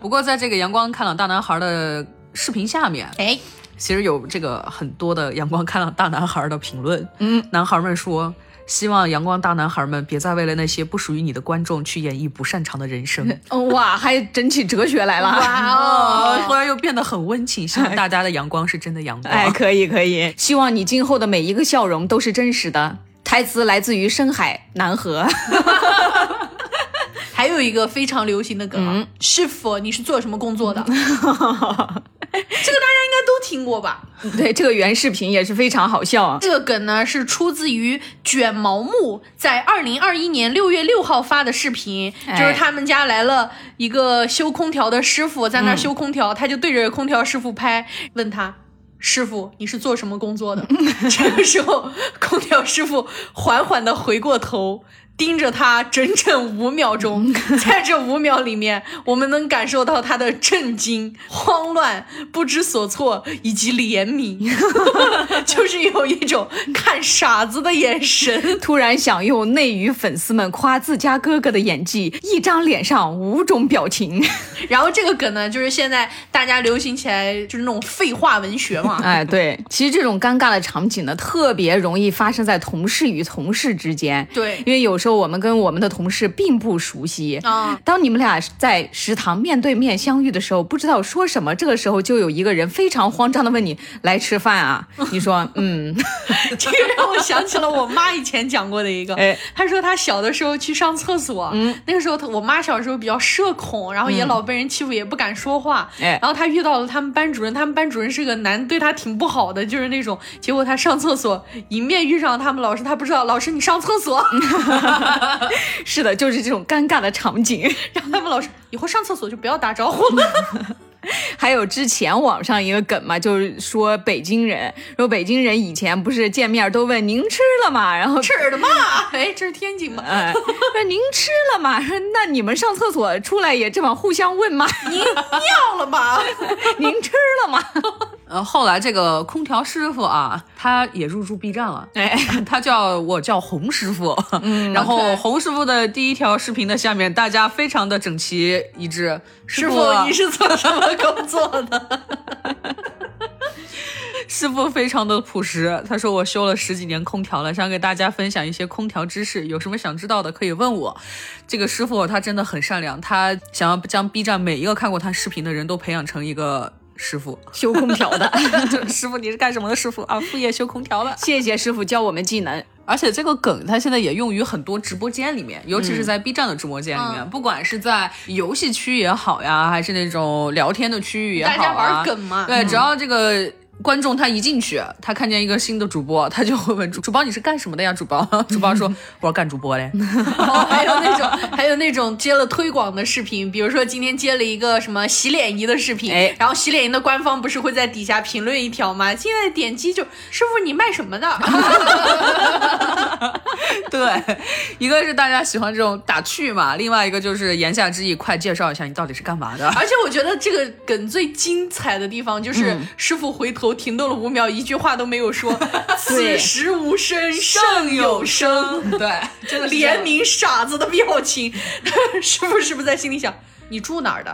Speaker 3: 不过在这个阳光开朗大男孩的视频下面，
Speaker 2: 哎。
Speaker 3: 其实有这个很多的阳光开朗大男孩的评论，嗯，男孩们说。希望阳光大男孩们别再为了那些不属于你的观众去演绎不擅长的人生。 (laughs)
Speaker 1: 哦哇，还整起哲学来了。
Speaker 2: 哇
Speaker 3: 哦
Speaker 2: 哦，
Speaker 3: 突然又变得很温情，希望大家的阳光是真的阳光。
Speaker 1: 哎，可以可以，希望你今后的每一个笑容都是真实的。台词来自于深海南 (laughs) 河，
Speaker 2: 还有一个非常流行的梗啊，师傅，你是做什么工作的？这个大家应该都听过吧？
Speaker 1: 对这个原视频也是非常好笑啊。
Speaker 2: 这个梗呢是出自于卷毛木在二零二一年六月六号发的视频，
Speaker 1: 哎
Speaker 2: 就是他们家来了一个修空调的师傅，在那儿修空调，他就对着空调师傅拍，问他。师傅，你是做什么工作的？ (laughs) 这个时候，空调师傅缓缓地回过头，盯着他整整五秒钟。在这五秒里面，我们能感受到他的震惊、慌乱、不知所措以及怜悯。 (laughs) 就是有一种看傻子的眼神。
Speaker 1: 突然想用内娱粉丝们夸自家哥哥的演技，一张脸上五种表情。
Speaker 2: 然后这个梗呢，就是现在大家流行起来就是那种废话文学嘛。
Speaker 1: (laughs) 哎，对，其实这种尴尬的场景呢，特别容易发生在同事与同事之间。
Speaker 2: 对
Speaker 1: 因为有时候我们跟我们的同事并不熟悉。
Speaker 2: 啊
Speaker 1: 当你们俩在食堂面对面相遇的时候，不知道说什么，这个时候就有一个人非常慌张的问你：“来吃饭 (laughs) 啊？”你说：“嗯。
Speaker 2: 这个让我想起了我妈以前讲过
Speaker 1: (laughs)
Speaker 2: 的一个，
Speaker 1: 哎
Speaker 2: 她说她小的时候去上厕所，那个时候她我妈小时候比较社恐，然后也老被人欺负，也不敢说话，
Speaker 1: 哎
Speaker 2: 然后她遇到了他们班主任，他们班主任是个男，对她挺不好的，就是那种，结果她上厕所迎面遇上他们老师，她不知道老师你上厕所，
Speaker 1: 是的，就是这种尴尬的场景。 (laughs)
Speaker 2: 然后他们老师以后上厕所就不要打招呼了。
Speaker 1: 还有之前网上一个梗嘛，就是说北京人，说北京人以前不是见面都问您吃了吗？然后
Speaker 2: 这儿的嘛？哎，这是天津
Speaker 1: (laughs)
Speaker 2: 吗？
Speaker 1: 哎，说您吃了吗？说那你们上厕所 (laughs) 出来也这么互相问吗？
Speaker 2: (laughs) 尿了吗？
Speaker 1: 您吃了吗？
Speaker 3: 呃，后来这个空调师傅啊，他也入驻 B 站了， (laughs)
Speaker 1: 哎，
Speaker 3: 他叫我叫洪师傅，然后
Speaker 2: OK
Speaker 3: 洪师傅的第一条视频的下面，大家非常的整齐一致，师傅
Speaker 4: 傅，你是做什么工作的？
Speaker 3: 师傅非常的朴实，他说我修了十几年空调了，想给大家分享一些空调知识，有什么想知道的可以问我。这个师傅他真的很善良，他想要将 B 站每一个看过他视频的人都培养成一个师傅。 (laughs)
Speaker 1: 修空调 (laughs) 的。
Speaker 3: 就师傅你是干什么的？师傅啊，副业修空调的。
Speaker 1: 谢谢师傅教我们技能。
Speaker 3: 而且这个梗它现在也用于很多直播间里面，尤
Speaker 2: 嗯
Speaker 3: 其是在 B 站的直播间里面，不管是在游戏区也好呀，还是那种聊天的区域也好、啊，
Speaker 2: 大家玩梗嘛
Speaker 3: 对，只要这个。观众他一进去，他看见一个新的主播， (laughs) 他就会问主主播你是干什么的呀？主播， (laughs) 主
Speaker 2: (laughs)
Speaker 3: 播说我要干主播嘞。 (laughs)
Speaker 2: 哦还有那种， (laughs) 还有那种接了推广的视频，比如说今天接了一个什么洗脸仪的视频，
Speaker 1: 哎
Speaker 2: 然后洗脸仪的官方不是会在底下评论一条吗？现在点击就师傅你卖什么的？
Speaker 3: 对，一个是大家喜欢这种打趣嘛，另外一个就是言下之意，快介绍一下你到底是干嘛
Speaker 2: (laughs)
Speaker 3: 的。(laughs)
Speaker 2: 而且我觉得这个梗最精彩的地方就是师傅回头停顿了五秒，一句话都没有 (laughs) 说，此时无声胜有声，
Speaker 3: 对，真的是这样
Speaker 2: (laughs) 怜悯傻子的表情， (laughs) 师傅是不是在心里想？你住哪儿的？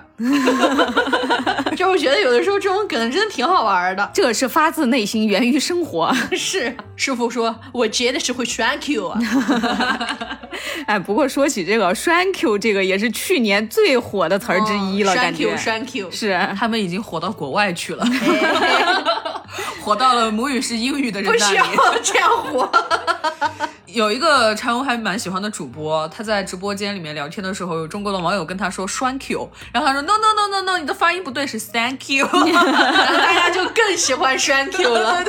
Speaker 2: 就我觉得有的时 (laughs) 候这种梗真的挺好玩的。
Speaker 1: 这是发自内心，源于生活。
Speaker 2: 是 (laughs) 师傅说，我觉得是会 thank you 啊。
Speaker 1: (laughs) 哎，不过说起这个 “thank you”，这个也是去年最火的词儿之一了，感
Speaker 2: 嗯哦 thank
Speaker 1: 觉
Speaker 2: you thank you。
Speaker 1: 是。
Speaker 3: 他们已经火到国外去
Speaker 2: (laughs)
Speaker 3: 了， (laughs) 火到了母语是英语的人
Speaker 2: 不需
Speaker 3: 那里。
Speaker 2: 要这样活，
Speaker 3: (laughs) 有一个柴荣还蛮喜欢的主播，他在直播间里面聊天的时候，有中国的网友跟他说 “thank you”，然后他说 “no no no no no”，你的发音不对，是 “thank you”。 (laughs)
Speaker 2: 然后大家就更喜欢 thank you
Speaker 1: (laughs)
Speaker 2: 了。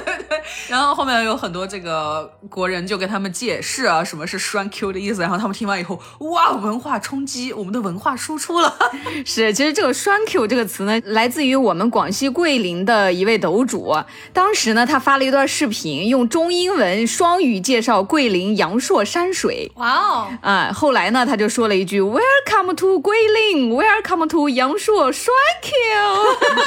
Speaker 3: 然后后面有很多这个国人就给他们解释啊，什么是 “thank you” 的意思，然后他们听完以后，哇，文化冲击，我们的文化输出了。
Speaker 1: 是，其实这个“ thank you” 这个词呢，来自于我们广西桂林的一位抖主。当时呢，他发了一段视频，用中英文双语介绍桂林阳朔山水。
Speaker 2: 哇哦，
Speaker 1: 啊、后来呢，他就说了一句 “Welcome to 桂林，Welcome to 阳朔，Thank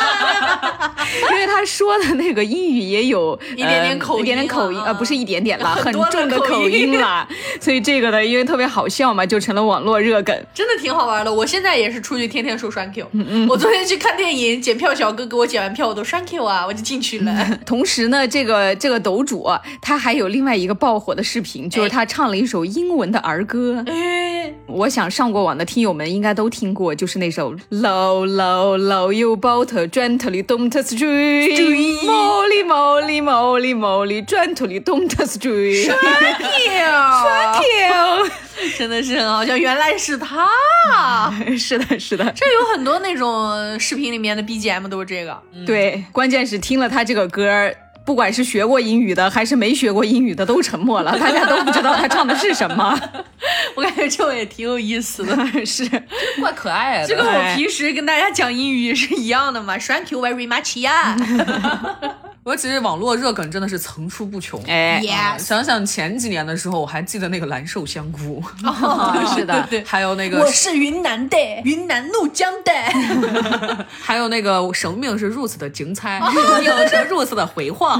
Speaker 1: (laughs) you”，因为他说的那个英语也有一
Speaker 2: 点点口
Speaker 1: 一点点
Speaker 2: 音
Speaker 1: 口音，
Speaker 2: 啊
Speaker 1: 呃，不是一点点
Speaker 2: (laughs)
Speaker 1: 啦，很
Speaker 2: 多的
Speaker 1: 重的
Speaker 2: 口
Speaker 1: 口
Speaker 2: 音
Speaker 1: 音啦。所以这个呢，因为特别好笑嘛，就成了网络热梗。 (laughs)
Speaker 2: 真的挺好玩的。我现在也是出去天天说 thank you。我
Speaker 1: 嗯
Speaker 2: 昨天去看电影，检票小哥给我检完票，我都 thank you 啊，我就进去了。
Speaker 1: 同时呢，这个这个抖主啊他还有另外一个爆火的视频，就是他唱了一首英文的儿歌。
Speaker 2: (laughs) 哎
Speaker 1: 我想上过网的听友们应该都听过，就是那首 Low Low Low You Bout Gently Don't Stray，毛利毛利毛利毛利 Gently Don't Stray。Thank
Speaker 2: 真的是很好笑，原来是他。
Speaker 1: you。是啊的，是的，
Speaker 2: 这有很多那种呃视频里面的 BGM 都是这个。
Speaker 1: 对，关键是听了他这个歌儿。不管是学过英语的还是没学过英语的，都沉默了，大家都不知道他唱的是什么。 (laughs)
Speaker 2: 我感觉这种也挺有意思的。
Speaker 1: 是，
Speaker 3: (laughs) 怪可爱的，
Speaker 2: 这跟我
Speaker 1: 对
Speaker 2: 平时跟大家讲英语也是一样的嘛，Thank you very much 呀、
Speaker 3: 尤其是网络热梗真的是层出不穷。啊
Speaker 1: 哎
Speaker 2: Yes
Speaker 3: 想想前几年的时候，我还记得那个蓝瘦香菇，
Speaker 1: 是的，
Speaker 3: (laughs) 对，还有那个
Speaker 2: 我是云南的，云南怒江的。
Speaker 3: 还有那个生命是如此的精 (laughs) 彩，哦有是如此的辉煌。 (laughs)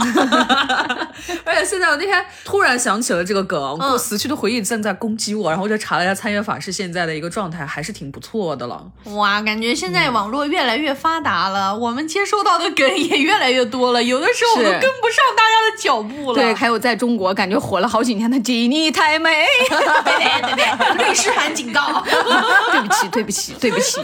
Speaker 3: 而且现在我那天突然想起了这个梗，我死去的回忆正在攻击我，然后我就查了一下参阅法是现在的一个状态，还是挺不错的了。
Speaker 2: 哇，感觉现在网络越来越发达了，我们接收到的梗也越来越多了，有的时候我
Speaker 1: 是
Speaker 2: 都跟不上大家的脚步了。
Speaker 1: 对，还有在中国感觉火了好几年的《吉你太美》。
Speaker 2: 对对对对，律师函警告。
Speaker 1: 对不起，对不起，对不起。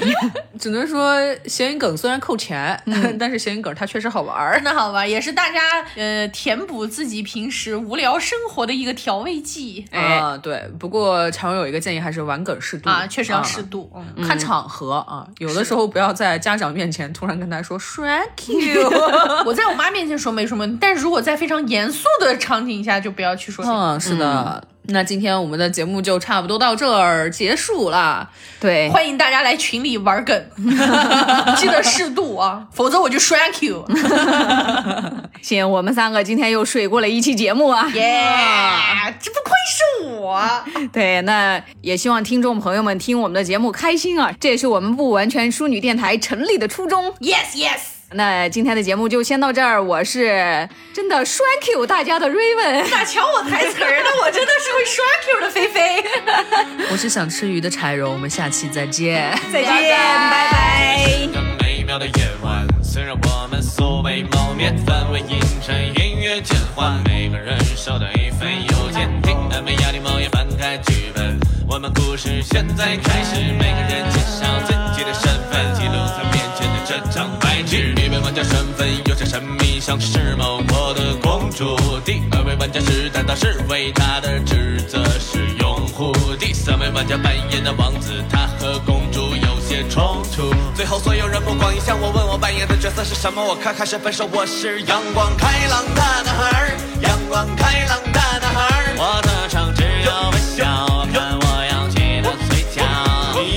Speaker 3: 只能说谐音梗虽然扣钱， (laughs) 但是谐音梗它确实好玩儿
Speaker 2: 真。的好玩，也是大家呃填补自己平时无聊生活的一个调味剂
Speaker 1: 哎
Speaker 3: 啊、对，不过常有一个建议，还是玩梗适度
Speaker 2: 啊，确实要适
Speaker 3: 度。
Speaker 2: 度。嗯
Speaker 3: 看场合啊，有的时候不要在家长面前突然跟他说 “thank you”。
Speaker 4: (laughs)
Speaker 2: 我在我妈面前说没什么，但是如果在非常严肃的场景下，就不要去说这个。
Speaker 3: (laughs) 嗯，是的。那今天我们的节目就差不多到这儿结束了。
Speaker 1: 对，
Speaker 2: 欢迎大家来群里
Speaker 4: (laughs)
Speaker 2: 玩梗，记得适度啊，否则我就 thank you。
Speaker 1: 行，我们三个今天又水过了一期节目啊。
Speaker 2: 耶，这不愧是我。
Speaker 1: (laughs) 对，那也希望听众朋友们听我们的节目开心啊，这也是我们不完全淑女电台成立的初衷。
Speaker 4: (laughs)
Speaker 2: Yes yes。
Speaker 1: 那今天的节目就先到这儿，我是真的栓 Q 大家的 Raven，
Speaker 4: 咋抢我台词儿呢？我真的是会刷 Q 的菲菲。
Speaker 3: 我是想吃鱼的柴荣，我们下期再 (laughs) 见。
Speaker 4: 再见，拜拜
Speaker 5: 一个美妙的夜晚，虽然我们素未谋面，氛围映衬音乐交换，每个人收到一份邮件，听安美亚的猫也翻开剧本，我们故事现在开始，每个人介绍自己的身份，记录在面前的这张白纸，一位玩家身份有些神秘，像是某国的公主，第二位玩家是担当侍卫，他的职责是拥护，第三位玩家扮演的王子，他和公主有些冲突，最后所有人目光一向我，问我扮演的角色是什么，我咔咔是分手，我是阳光开朗大男孩儿，阳光开朗大男孩儿，我的场只有微笑，看我扬起的嘴角，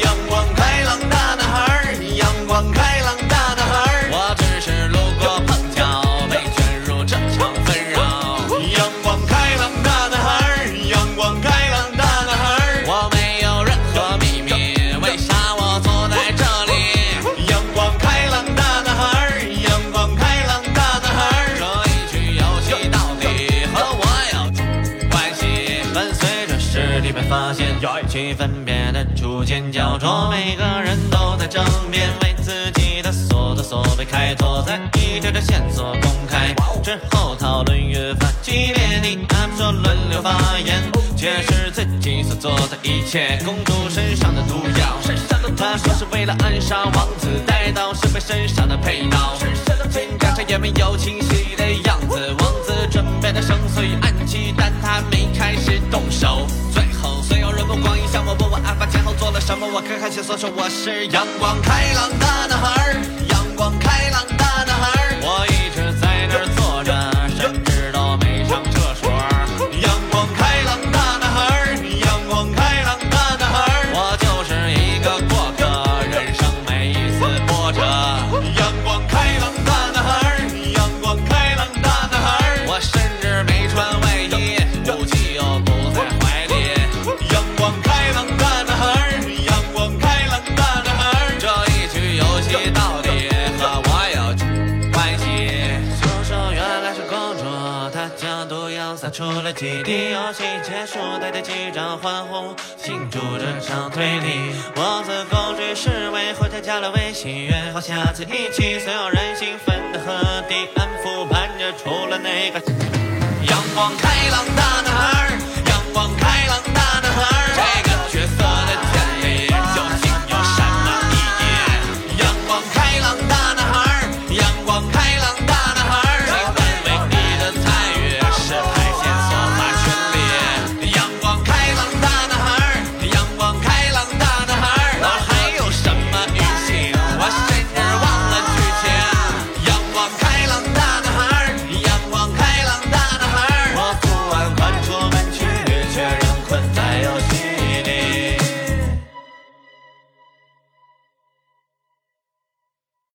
Speaker 5: 阳光开朗大男孩儿，阳光开朗大男孩儿，我只是路过碰巧，被卷入这场纷扰，阳光开朗大男孩儿，阳光开朗大男孩儿，我没有任何秘密，为啥我坐在这里？阳光开朗大男孩儿，阳光开朗大男孩儿，这一局游戏到底和我有关系？伴随着实力被发现，气分别的逐渐焦灼，每个人都在争辩，为自己的所作所为开脱，在一条条线索公开之后，讨论越发激烈。你按说轮流发言，解释自己所做的一切。公主身上的毒药，身上的她说是为了暗杀王子，带刀是被身上的配刀，身上的金甲上也没有清晰的样子。王子准备的绳索已按期，但他没开始动手。最后，所有人目光一向我，问我案发前后做了什么。我看看线索，说我是阳光开朗大男孩儿，阳光开朗大男孩儿。我一直在那儿坐着，甚至都没上厕所。阳光开朗大男孩儿，阳光开朗大男孩儿。我就是一个过客，人生没一丝波折。阳光开朗大男孩儿，阳光开朗大男孩儿。我甚至没穿外衣，武器又不在怀里。阳光开朗大男孩儿，阳光开朗大男孩儿。这一局游戏到底和我有关系？宿舍原来是公主，她将毒药撒出了几滴。游戏结束，大家击掌欢呼，庆祝这场推理。王子公主侍卫回到家了微信约好下次一起。所有人兴奋。